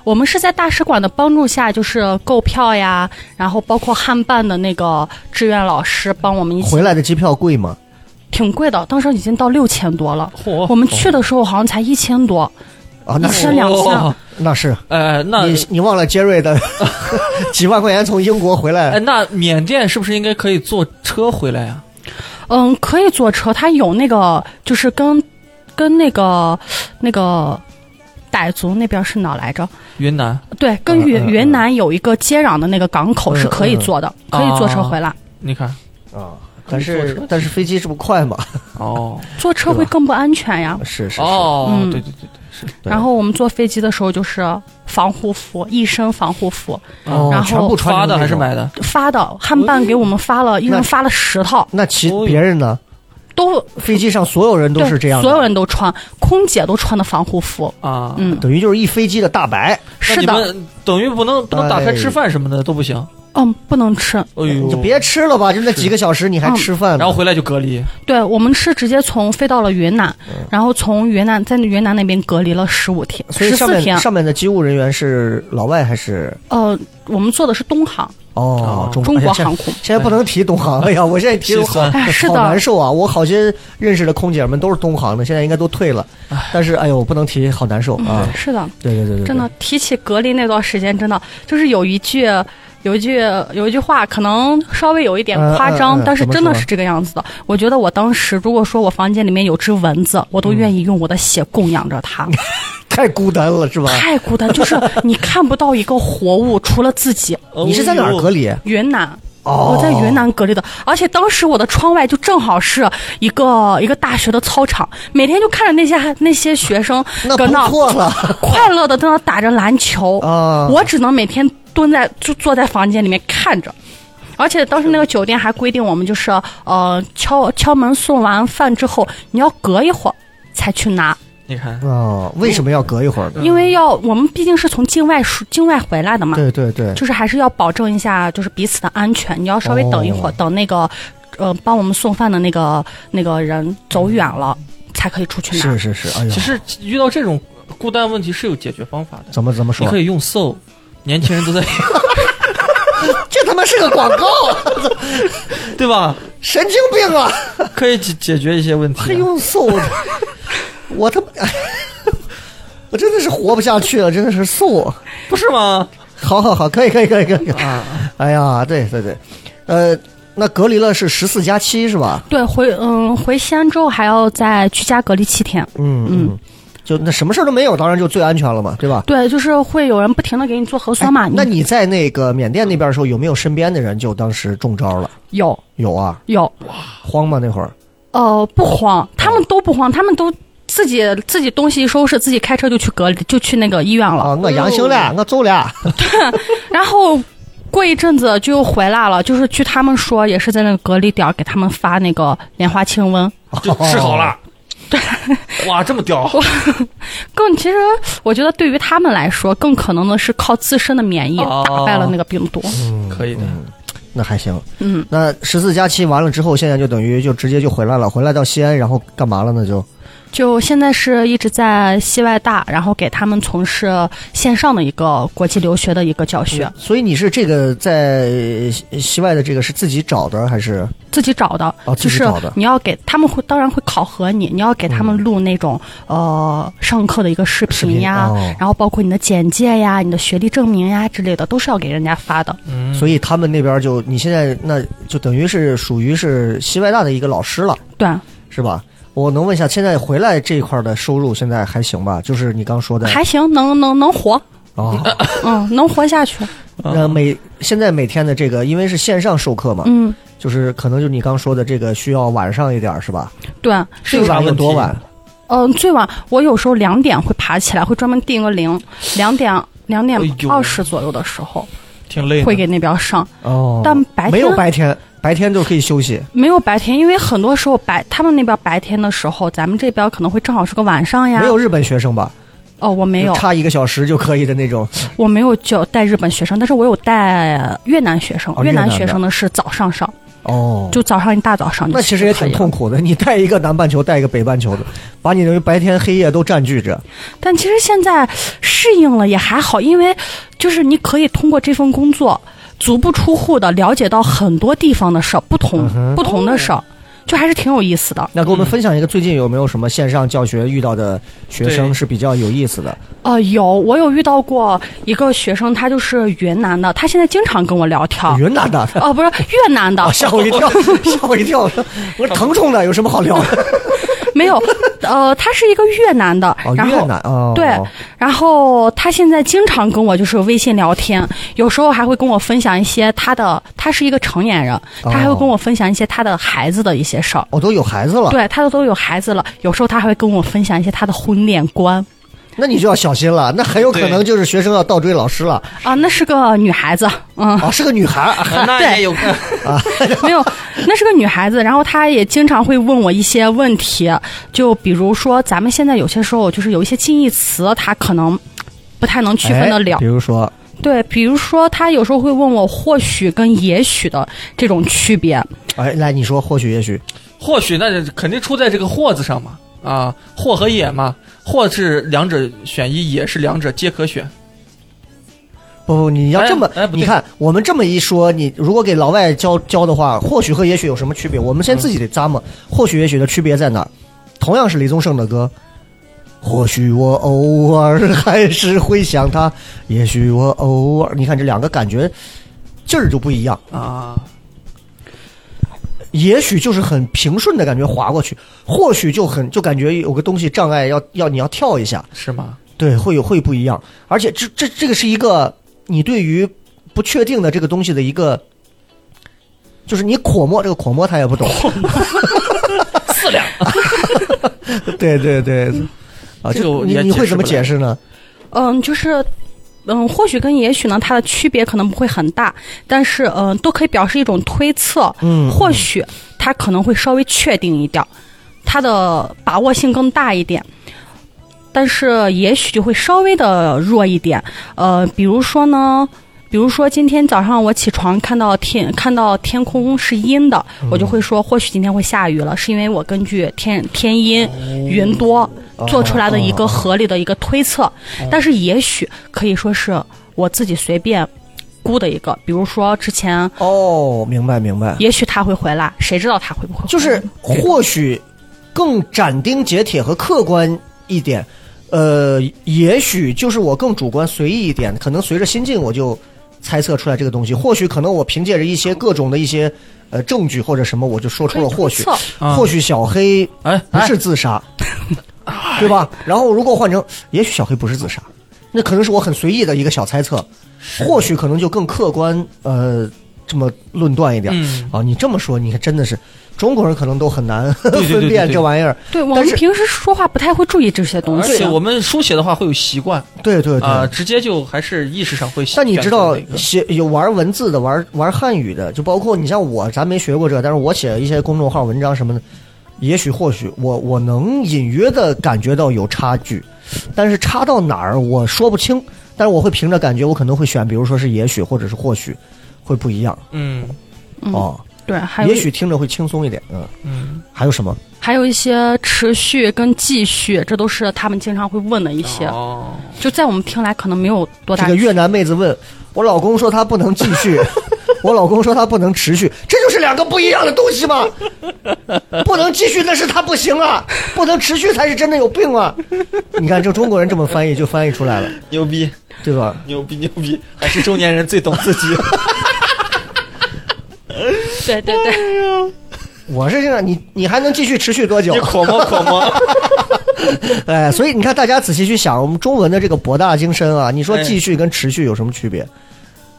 我们是在大使馆的帮助下，就是购票呀，然后包括汉办的那个志愿老师帮我们一起，回来的机票贵吗？挺贵的，当时已经到六千多了。嚯我们去的时候好像才一千多，啊，那一是千两千哦那是哎，那你你忘了杰瑞 的几万块钱从英国回哎，来，那缅甸是不是应该可以坐车回来啊呀？嗯，可以坐车，它有那个就是跟跟那个那个傣族那边是哪儿来着？云南对，跟嗯云嗯云南有一个接壤的那个港口是可以嗯嗯坐的，可以坐车回来，你看，啊。但坐是车但是飞机这不快嘛？哦坐车会更不安全呀。是是是，哦，嗯对对对对，是对然后我们坐飞机的时候就是防护服，一身防护服哦然后全部穿发成的那还是种买的？发的，汉办给我们发了，一人发了十套，那其哦哟别人呢？都飞机上所有人都对是这样的，所有人都穿，空姐都穿的防护服，啊，嗯，等于就是一飞机的大白，那是你的，们等于不能不能打开哎吃饭什么的都不行。嗯，不能吃，哎呦，嗯你就别吃了吧，就那几个小时你还吃饭呢，然后回来就隔离。对我们是直接从飞到了云南，然后从云南在云南那边隔离了十五天，嗯所以十上四天面，上面的机务人员是老外还是呃，我们坐的是东航，哦，中中哎呀国现航空现在不能提东航，哎呀，我现在提东航心酸哎 是好的难受啊！我好些认识的空姐们都是东航的，现在应该都退了，但是哎呦，我不能提，好难受啊！嗯是的，对对对对对，真的提起隔离那段时间，真的就是有一句。有一句有一句话，可能稍微有一点夸嗯嗯张，嗯但是真怎的么说是这个样子的。我觉得我当时如果说我房间里面有只蚊子，我都愿意用我的血供养着它。太孤单了嗯是吧？太孤单，就是你看不到一个活物，除了自己。哎你是在哪儿隔离？离？云南，哦我在云南隔离的，而且当时我的窗外就正好是一个一个大学的操场，每天就看着那些那些 学生那搁那不错了快乐的在那打着篮球，啊我只能每天蹲在就坐在房间里面看着。而且当时那个酒店还规定我们就是呃敲敲门送完饭之后，你要隔一会儿才去拿，你看，哦，为什么要隔一会儿呢？因为要我们毕竟是从境外出境外回来的嘛，嗯对对对，就是还是要保证一下，就是彼此的安全。你要稍微等一会儿，哦等那个，呃，帮我们送饭的那个那个人走远了，才可以出去拿。是是是，哎呀其，实遇到这种孤单问题是有解决方法的，怎么怎么你说可？以用 so，年轻人 都在，这他妈是个广告，对吧？神经病 啊！可以解解决一些问题啊。哎还用搜我？ 我他妈， 我真的是活不下去了，真的是搜。不是吗？好好好，可以可以可以可以啊！哎呀，对对对，呃，那隔离了是十四加七是吧？对，回嗯回西安之后还要再居家隔离七天。嗯嗯，就那什么事儿都没有，当然就最安全了嘛，对吧？对，就是会有人不停的给你做核酸嘛。哎那你在那个缅甸那边的时候，有没有身边的人就当时中招了？有有啊，有慌吗？那会儿呃不慌，他们都不慌，他们都自己自己东西一收拾，自己开车就去隔离，就去那个医院了。啊，我阳性了，我走了。然后过一阵子就又回来了，就是据他们说，也是在那个隔离点儿给他们发那个莲花清瘟。就治好哦了。哇，这么屌！更其实我觉得对于他们来说，更可能的是靠自身的免疫哦打败了那个病毒。可以的，那还行，嗯，那十四加七完了之后，现在就等于就直接就回来了，回来到西安，然后干嘛了呢？就就现在是一直在西外大，然后给他们从事线上的一个国际留学的一个教学，所以你是这个在呃西西外的这个是自己找的还是？自己找的，哦自己就是找的你要给他们会当然会考核你，你要给他们录那种、呃上课的一个视视频频呀，哦然后包括你的简介呀、你的学历证明呀之类的，都是要给人家发的。所以他们那边就你现在那就等于是属于是西外大的一个老师了，对，是吧？我能问一下，现在回来这一块的收入现在还行吧？就是你刚说的还行，能能能活，哦，嗯，能活下去， 那嗯每现在每天的这个，因为是线上授课嘛，嗯，就是可能就你刚说的这个需要晚上一点儿是吧？对，是有啥晚有问题多晚？嗯、最晚我有时候两点会爬起来，会专门定个铃，两点两点哎呦二十左右的时候挺累的。会给那边上，哦，但白天没有白天，白天就可以休息。没有白天，因为很多时候白他们那边白天的时候，咱们这边可能会正好是个晚上呀没。有日本学生吧？哦，我没有，差一个小时就可以的那种。我没有教带日本学生，但是我有带越南学生。哦越越南南的学生呢是早上上，哦，就早上一大早上就可以了。那其实也挺痛苦的。你带一个南半球，带一个北半球的，把你等于白天黑夜都占据着。但其实现在适应了也还好，因为就是你可以通过这份工作，足不出户的了解到很多地方的事儿，不同、嗯不同的事儿，就还是挺有意思的。那给我们分享一个最近有没有什么线上教学遇到的学生对是比较有意思的？呃，有我有遇到过一个学生，他就是云南的，他现在经常跟我聊天儿。云南的。哦，不是越南的啊！， 吓我一 跳，吓我一跳！我说腾冲的有什么好聊的？没有，呃，他是一个越南的，哦，然后越南哦，对，然后他现在经常跟我就是微信聊天，有时候还会跟我分享一些他的，他是一个成年人，他还会跟我分享一些他的孩子的一些事儿。哦我都有孩子了，对，他都有孩子了，有时候他还会跟我分享一些他的婚恋观那你就要小心了，那很有可能对就是学生要倒追老师了。啊，那是个女孩子，嗯，哦，是个女孩儿， 啊那也有， 没有，那是个女孩子，然后她也经常会问我一些问题，就比如说咱们现在有些时候就是有一些近义词，她可能不太能区分得了哎比，如说，对，比如说他有时候会问我或许跟也许的这种区别，哎，来你说，或许也许，或许那就肯定出在这个“或”字上嘛。啊，或和也嘛，或是两者选一，也是两者皆可选。不不，你要哎这么，哎不对你看我们这么一说，你如果给老外教教的话，或许和也许有什么区别？我们嗯先自己得咂摸，或许也许的区别在哪儿？同样是李宗盛的歌，或许我偶尔还是会想他，也许我偶尔，你看这两个感觉劲儿就不一样。啊，也许就是很平顺的感觉划过去，或许就很就感觉有个东西障碍要要你要跳一下，是吗？对，会有会不一样。而且这这这个是一个你对于不确定的这个东西的一个，就是你口摸这个口摸他也 不懂，四两，对对对，啊，这个我你也你会解释怎么不了解释呢？嗯，就是，嗯，或许跟也许呢，它的区别可能不会很大，但是嗯，都可以表示一种推测。嗯或许它可能会稍微确定一点儿，它的把握性更大一点，但是也许就会稍微的弱一点。呃，比如说呢。比如说，今天早上我起床看到天看到天空是阴的，我就会说，或许今天会下雨了，是因为我根据天天阴、云多做出来的一个合理的一个推测。但是也许可以说是我自己随便估的一个，比如说之前哦，明白明白，也许他会回来，谁知道他会不会回来？就是或许更斩钉截铁和客观一点，呃，也许就是我更主观随意一点，可能随着心境我就猜测出来这个东西，或许可能我凭借着一些各种的一些呃证据或者什么，我就说出了或许可以推，啊或许小黑哎，不是自 杀，对吧？然后如果换成，也许小黑不是自杀，那可能是我很随意的一个小猜测，或许可能就更客观，呃，这么论断一点。嗯啊，你这么说，你看真的是中国人可能都很难 对对分辨对这玩意儿。对我但们是平时说话不太会注意这些东而西啊且。我们书写的话会有习惯对对对。啊，直接就还是意识上会选但择你那个。知道写有玩文字的，玩玩汉语的，就包括你像我，咱没学过这，但是我写一些公众号文章什么的，也许或许我我能隐约的感觉到有差距，但是差到哪儿我说不清，但是我会凭着感觉，我可能会选，比如说是也许或者是或许，会不一样嗯嗯哦，对，还有也许听着会轻松一点，嗯，嗯，还有什么？还有一些持续跟继续，这都是他们经常会问的一些，哦，就在我们听来可能没有多这大个。越南妹子问我老公说他不能继 续，我老公说他不能持续，这就是两个不一样的东西嘛。不能继续那是他不行啊，不能持续才是真的有病啊。你看这中国人这么翻译就翻译出来了， 牛逼对吧？牛逼牛逼，还是中年人最懂自己。对对对，我是这样，你你还能继续持续多久 你？口摸口 摸，哎，所以你看，大家仔细去想，我们中文的这个博大精深啊，你说哎继续跟持续有什么区别？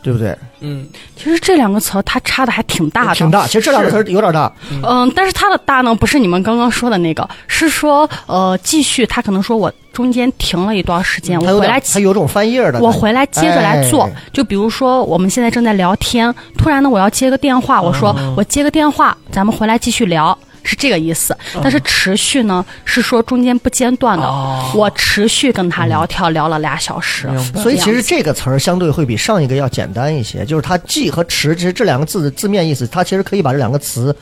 对不对？嗯，其实这两个词儿它差的还挺大的，挺大，其实这两个词儿有点大。嗯，但是他的大呢，不是你们刚刚说的那个，是说呃，继续，他可能说我中间停了一段时间，嗯它有我回来点，它有种翻页的感觉。我回来接着来做。哎就比如说我们现在正在聊天，突然呢我要接个电话，我说、我接个电话，咱们回来继续聊。是这个意思，但是持续呢是说中间不间断的，哦我持续跟他聊天、聊了俩小时明，白所以其这样实子这个词儿相对会比上一个要简单一些，就是它记和持，其实这两个字的字面意思，它其实可以把这两个词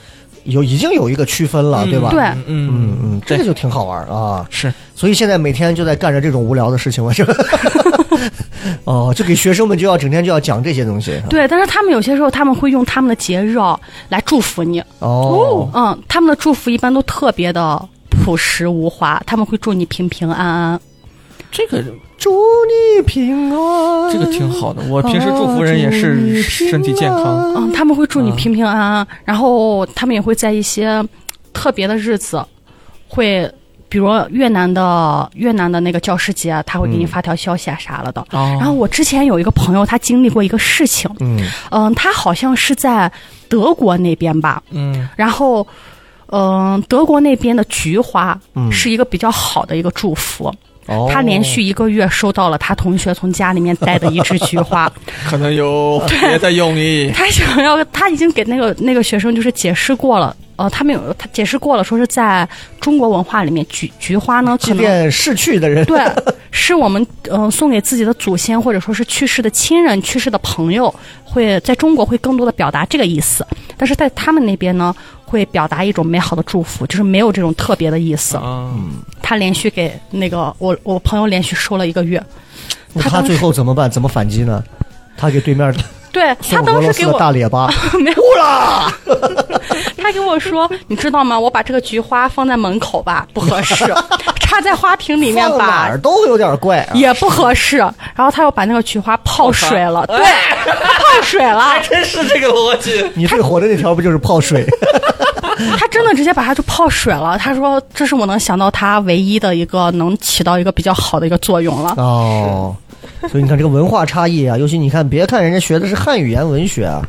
有已经有一个区分了，对吧？对嗯嗯嗯嗯，这个就挺好玩儿啊。是所以现在每天就在干着这种无聊的事情，我 就， 哦，就给学生们就要整天就要讲这些东西。对，但是他们有些时候他们会用他们的节日哦来祝福你，哦，嗯，他们的祝福一般都特别的朴实无华，他们会祝你平平安安。这个祝你平安。这个挺好的，我平时祝福人也啊祝你是身体健康。平安嗯，他们会祝你平平安安，然后他们也会在一些特别的日子，会比如越南的越南的那个教师节，啊他会给你发条消息啊啥了的。哦然后我之前有一个朋友，他经历过一个事情，嗯嗯，他好像是在德国那边吧，嗯，然后，嗯、德国那边的菊花是一个比较好的一个祝福。哦他连续一个月收到了他同学从家里面带的一支菊花，可能 有别的用意。 他想要，他已经给那个那个学生就是解释过了，呃，他没有，他解释过了，说是在中国文化里面，菊菊花呢，祭可能奠逝去的人。对，是我们嗯、呃送给自己的祖先或者说是去世的亲人、去世的朋友，会在中国会更多的表达这个意思，但是在他们那边呢，会表达一种美好的祝福，就是没有这种特别的意嗯思。啊，他连续给那个我我朋友连续收了一个月，那他哦他当最时后怎么办？怎么反击呢？他给对面的对送他俄当罗时斯给的我大列巴，没有啦！ 他给我说，你知道吗？我把这个菊花放在门口吧，不合适； 插在花瓶里面放哪吧儿，都有点怪啊。也不合适。然后他又把那个菊花泡水了，对，哎泡 水了，真是这个逻辑。你最火的那条不就是泡水？他真的直接把它就泡水了。他说，这是我能想到它唯一的一个能起到一个比较好的一个作用了。哦，所以你看这个文化差异啊，尤其你看，别看人家学的是汉语言文学啊，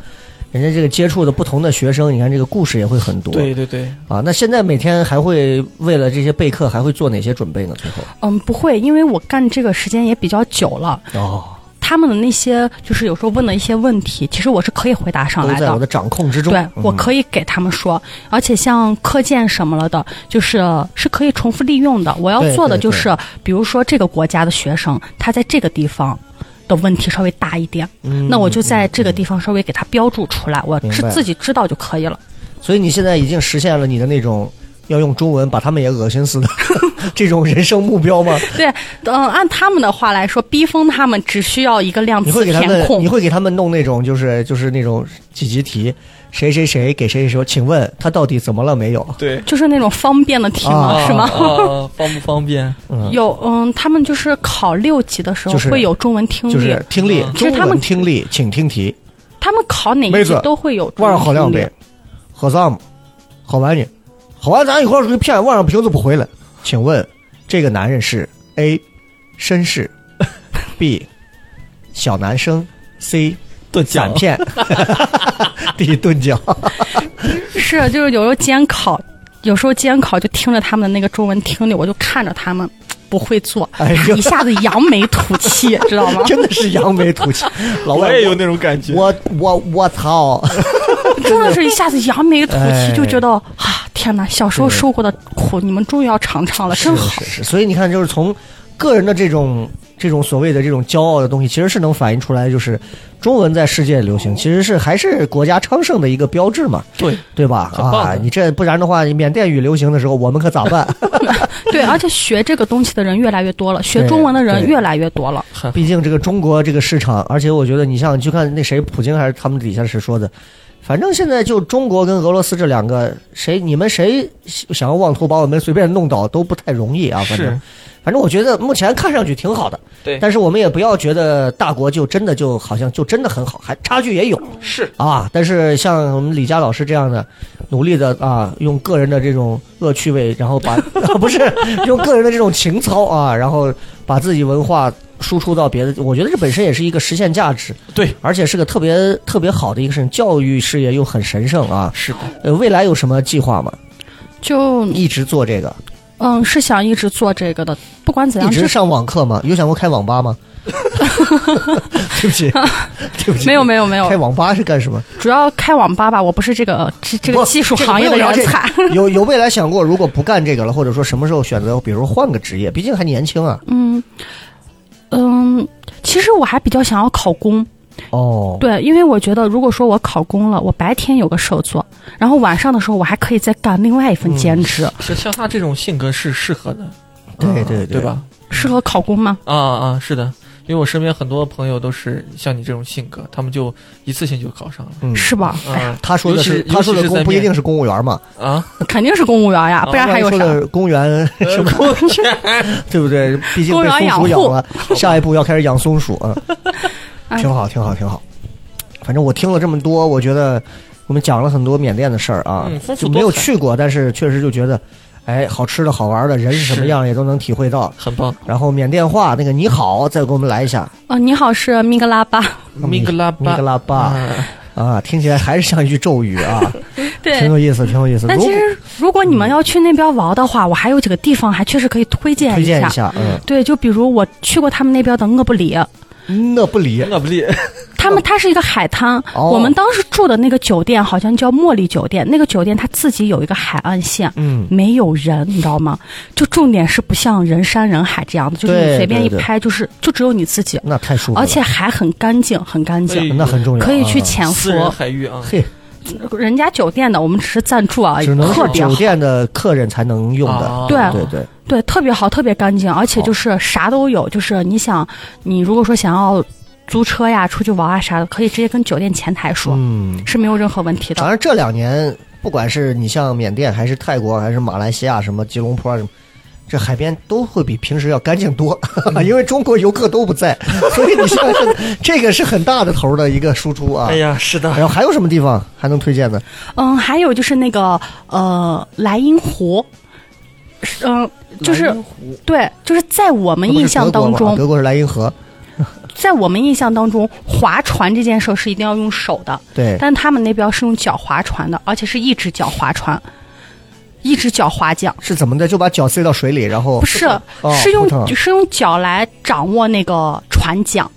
人家这个接触的不同的学生，你看这个故事也会很多。对对对，啊，那现在每天还会为了这些备课，还会做哪些准备呢？最后嗯，不会，因为我干这个时间也比较久了，哦，他们的那些就是有时候问的一些问题，其实我是可以回答上都来在我的。的掌控之中。嗯对，我可以。以给他们说，而且像课件什么了的，就是是可以重复利用的。我要对做的对就对是，比如说这个国家的学生，他在这个地方的问题稍微大一点，嗯那我就在这个地方稍微给他标注出来，我明是白自己知道就可以了。所以你现在已经实现了你的那种要用中文把他们也恶心死的 这种人生目标吗？对，嗯、按他们的话来说，逼疯他们只需要一个量你词会给他填们，空你。会给他们弄那种就是就是那种几级题，谁谁谁给谁谁说，请问他到底怎么了没有？对，就是那种方便的题嘛，啊是吗？啊，方不方便？有，嗯，他们就是考六级的时候就是会有中文听力，就是听力，其中嗯实他文们听力，请听题，他们考哪妹一级子都会有中晚文上好两听力杯，喝啥嘛？好完你，好完咱一块儿出去骗，晚上瓶子不回来。请问这个男人是 A 绅 士，B 小男生，C 顿散片 ，D 钝角。是，就是有时候监考，有时候监考就听着他们的那个中文听力，我就看着他们不会做，哎呦一下子扬眉吐气， 知道吗？真的是扬眉吐气，老外那种感觉我我我操！真的是一下子扬眉吐哎气，就觉得啊，天哪，小时候受过的苦，你们终于要尝尝了，真好。是是，所以你看，就是从个人的这种这种所谓的这种骄傲的东西，其实是能反映出来，就是中文在世界流行，其实是还是国家昌盛的一个标志嘛，对，对吧？很棒的啊，你这不然的话，你缅甸语流行的时候，我们可咋办？对，而且学这个东西的人越来越多了，学中文的人对越来越多了。 毕竟这个中国这个市场，而且我觉得你像你去看那谁，普京还是他们底下谁说的，反正现在就中国跟俄罗斯这两个谁，你们谁想要妄图把我们随便弄倒都不太容易啊，反正是。反正我觉得目前看上去挺好的，对但是我们也不要觉得大国就真的就好像就真的很好，还差距也有是啊。但是像我们李佳老师这样的，努力的啊，用个人的这种恶趣味，然后把、 啊不是用个人的这种情操啊，然后把自己文化输出到别的，我觉得这本身也是一个实现价值，对，而且是个特别特别好的一个事情。教育事业又很神圣啊，是的，呃，未来有什么计划吗？就一直做这个，嗯，是想一直做这个的，不管怎一样，直这上网课吗？有想过开网吧吗？ 对不 起，对不起，没有没有没有开，网吧是干什么？主要开网吧吧，我不是这个这这个不技术这行业不的用聊人这个才。 有有未来想过，如果不干这个了，或者说什么时候选择，比如换个职业，毕竟还年轻啊。嗯，嗯，其实我还比较想要考公，哦，对，因为我觉得如果说我考公了，我白天有个事儿做，然后晚上的时候我还可以再干另外一份兼职，嗯是像他这种性格是适合的，对啊对对对吧？适合考公吗？啊啊，是的，因为我身边很多朋友都是像你这种性格，他们就一次性就考上了。嗯是吧？哎呀 啊，他说的尤是，其他说尤的其是公在不一面定是公务员嘛，啊，肯定是公务啊员呀，不然还有说啥？的公务员，什么 对不对？毕竟公务被员松养鼠养护哎了，下一步要开始养松鼠 啊，挺好，挺好，挺好。反正我听了这么多，我觉得我们讲了很多缅甸的事儿啊，嗯丰富就多没有彩去过，但是确实就觉得，哎，好吃的好玩的，人是什么是样也都能体会到。很棒，然后缅甸话那个你好，再给我们来一下，哦，你好，是米格 拉巴，米格拉米巴格嗯拉嗯巴啊啊，听起来还是像一句咒语啊，挺 对有。意思，挺有意思。但如其果实如果你们要去那边玩的话，我还有几个地方还确实可以推荐推荐一下，嗯，对，就比如我去过他们那边的厄布里，嗯那不理那不利，他们它是一个海滩，哦我们当时住的那个酒店好像叫茉莉酒店，那个酒店它自己有一个海岸线，嗯没有人，你知道吗？就重点是不像人山人海这样的，就是对你随便一对对拍就是就只有你自己，那太舒服了，而且还很干净，很干净，哎那很重要，可以去啊潜伏私。人海域啊，嘿，人家酒店的，我们只是暂住而已只，能哎特是别好酒，店的客人才能用的啊，对对对，对，特别好，特别干净，而且就是啥都有，就是你想，你如果说想要。租车呀、出去玩啊啥的，可以直接跟酒店前台说，嗯，是没有任何问题的。反正这两年，不管是你像缅甸还是泰国还是马来西亚什么吉隆坡什么。这海边都会比平时要干净 多，因为中国游客都不在，所以你像是这个是很大的头的一个输出啊。哎呀，是的然，后还有什么地方还能推荐的？嗯，还有就是那个呃莱茵湖，是嗯，就是对，就是在我们印象当这不是德国吗中，德国是莱茵河，在我们印象当中，划船这件事儿是一定要用手的，对，但他们那边是用脚划船的，而且是一只脚划船，一只脚划桨，是怎么的？就把脚塞到水里，然后不是，哦是用扑腾是用脚来掌握那个船桨，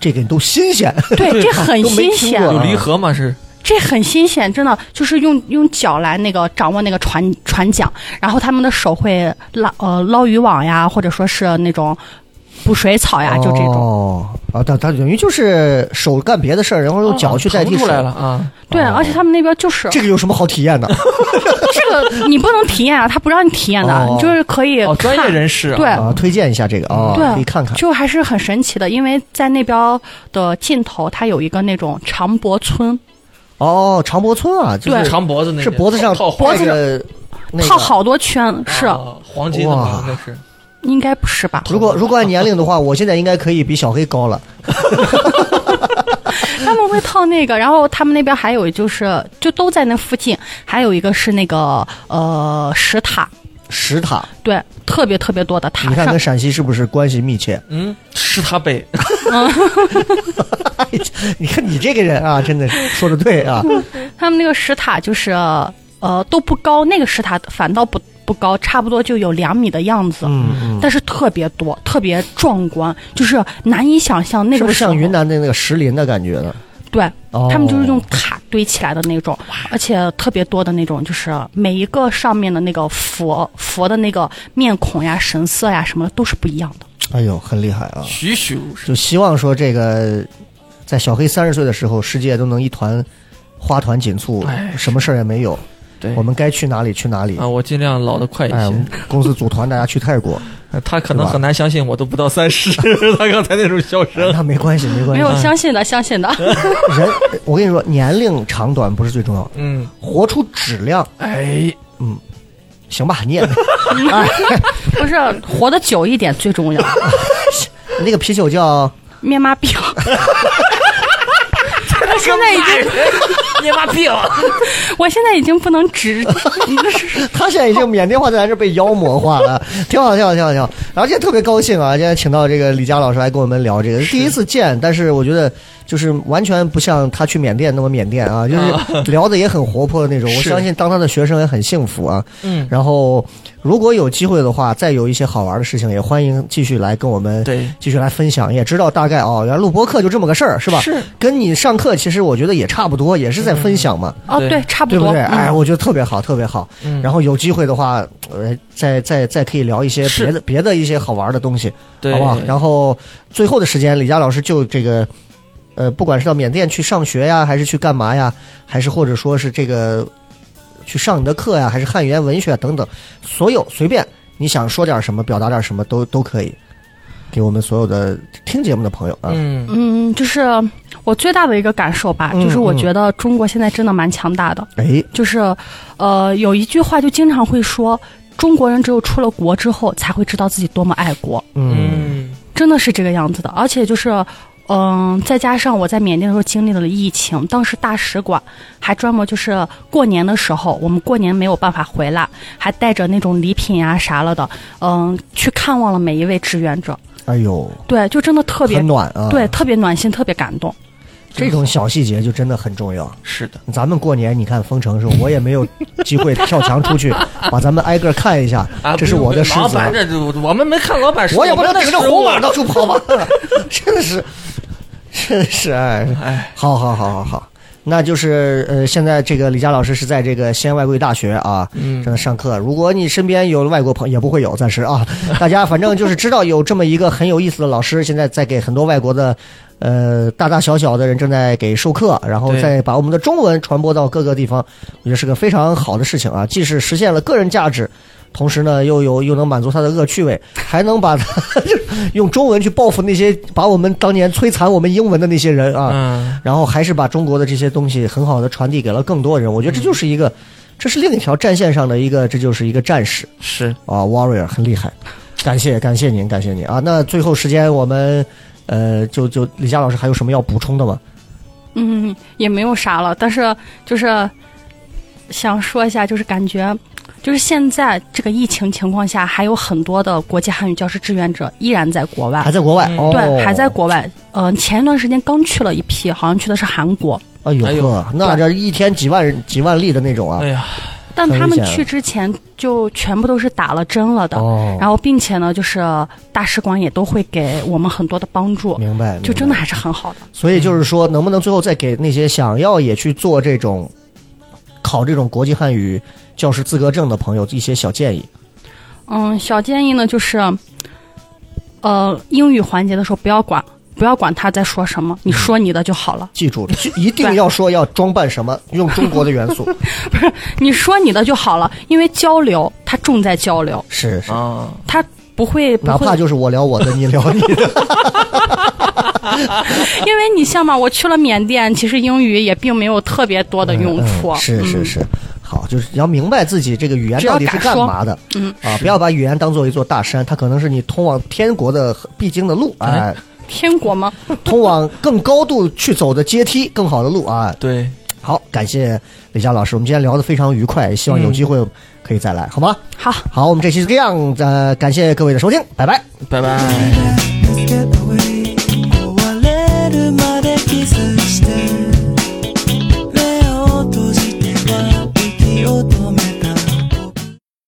这个都新 鲜，对，对这很都没新听鲜，过有离合吗？是这很新鲜，真的就是用用脚来那个掌握那个船船桨，然后他们的手会拉呃捞渔网呀，或者说是那种捕水草呀，就这种。哦，啊，他他等于就是手干别的事儿，然哦后用脚去代替腾出手来了。啊！对，而且他们那边就是这个有什么好体验的？这个你不能体验啊，他不让你体验的，哦你就是可以哦，专业看人士啊对啊，推荐一下这个啊，对可以看看。就还是很神奇的，因为在那边的尽头，它有一个那种长脖村，哦，长脖村啊，就对是长脖子那是边脖子上套脖子上那套个。好多圈，是、啊黄金的哇嘛，那是应该不是吧？如果如果按年龄的话，我现在应该可以比小黑高了。他们会套那个，然后他们那边还有就是，就都在那附近，还有一个是那个呃石塔，石塔，对，特别特别多的你塔看上跟，陕西是不是关系密切？ 嗯，是他北，你看你这个人啊，真的是说的对啊。他们那个石塔就是呃都不高，那个石塔反倒不不高，差不多就有两米的样子。嗯嗯，但是特别多，特别壮观，就是难以想象那是个不是时候像云南的那个石林的感觉呢？对，哦他们就是用塔堆起来的那种，而且特别多的那种，就是每一个上面的那个佛佛的那个面孔呀、神色呀什么的都是不一样的。哎呦，很厉害啊！栩栩如生。就希望说这个，在小黑三十岁的时候，世界都能一团花团锦簇，哎什么事儿也没有。对我们该去哪里去哪里。啊，我尽量老得快一嗯哎，我些们。公司组团，大家去泰 国，他可是能吧很难相信我都不到 三十， 他刚才那种笑声。那没关系，没关没系。有相信的，相信的。人，我跟你说，年龄长短不是最重要的，嗯，活出质量，哎，行吧？你也 不是活得久一点最重要。那个啤酒叫面妈 病，我现在已经，你妈病！我现在已经不能 直，他现在已经缅甸话在咱这被妖魔化了， 挺好，挺好，挺好，挺好。然后今天特别高兴啊，今天请到这个李佳老师来跟我们聊这个，第一次见，但是我觉得就是完全不像他去缅甸那么缅甸啊，就是聊的也很活泼的 那种。我是相信当他的学生也很幸福啊。嗯，然后如果有机会的话，再有一些好玩的事情，也欢迎继续来跟我们对继续来分享。也知道大概哦，原来录播课就这么个事儿，是吧？是，跟你上课其实我觉得也差不多，也是在分享嘛。哦，对对，差不对不多。对？嗯哎，我觉得特别好，特别好。嗯然后有机会的话，呃，再再再可以聊一些是别的别的一些好玩的东西，对好不好？然后最后的时间，李佳老师就这个，呃，不管是到缅甸去上学呀，还是去干嘛呀，还是或者说是这个去上你的课呀，还是汉语言文学啊等等，所有随便你想说点什么，表达点什么都都可以，给我们所有的听节目的朋友啊，嗯，嗯，就是我最大的一个感受吧，嗯就是我觉得中国现在真的蛮强大的。哎，就是，呃，有一句话就经常会说，中国人只有出了国之后才会知道自己多么爱国，嗯嗯，真的是这个样子的。而且就是，嗯、再加上我在缅甸的时候经历了疫情，当时大使馆还专门就是过年的时候，我们过年没有办法回来，还带着那种礼品啊啥了的，嗯、去看望了每一位志愿者。哎呦，对，就真的特别很，暖啊，对，，特别暖心，特别感动。这种小细节就真的很重要。是的，咱们过年，你看封城时候，我也没有机会跳墙出 去，把咱们挨个看一下啊，。这是我的不失用老责，板这我们没看老板失，我也不能们的啊顶着失误红网到处跑吧， 真的是，真的是哎，哎，好好好好好，那就是呃，现在这个李佳老师是在这个西安外国语大学啊，嗯正在上课。如果你身边有外国朋友，也不会有，暂时 啊，大家反正就是知道有这么一个很有意思的老师，现在在给很多外国的。呃，大大小小的人正在给授课，然后对再把我们的中文传播到各个地方，我觉得是个非常好的事情啊！既是实现了个人价值，同时呢又有又能满足他的恶趣味，还能把他 用中文去报复那些把我们当年摧残我们英文的那些人啊，嗯，然后还是把中国的这些东西很好的传递给了更多人。我觉得这就是一个，这是另一条战线上的一个，这就是一个战士。是啊，Warrior 很厉害，感谢感谢您，感谢您啊！那最后时间我们呃，就就李佳老师还有什么要补充的吗？嗯， 也没有啥了，但是就是想说一下，就是感觉。就是现在这个疫情情况下，还有很多的国际汉语教师志愿者依然在国外还，在国外、嗯哦，啊对，还在国外。嗯，前一段时间刚去了一批，好像去的是韩国，哎呦哎呦呵，那这一天几万人几万例的那种啊哎，呀，但很他危们险啊去之前就全部都是打了针了的。哦，然后，并且呢，就是大使馆也都会给我们很多的帮助，明白，就明真的嗯白。还是很好的。所以就是说，能不能最后再给那些想要也去做这种考这种国际汉语教师资格证的朋友一些小建议？嗯，小建议呢就是，呃，英语环节的时候不要管，不要管他在说什么，你说你的就好了。记住， 就一定要说要装扮什么，用中国的元素，你说你的就好了，因为交流它重在交流，是是，啊，它不会不哪怕会，就是我聊我的，你聊你的，因为你像嘛，我去了缅甸，其实英语也并没 有特别多的用处。嗯是是嗯是，好，就是你要明白自己这个语言只要到底是敢干说嘛的，嗯啊，不要把语言当做一座大山，它可能是你通往天国的必经的路，哎，天国吗？通往更高度去走的阶梯，更好的路啊。对，好，感谢李佳老师，我们今天聊得非常愉快，希望有嗯机会可以再来，好吗？好，好，我们这期是这样，呃，感谢各位的收听，拜拜。拜拜。 Let's get away.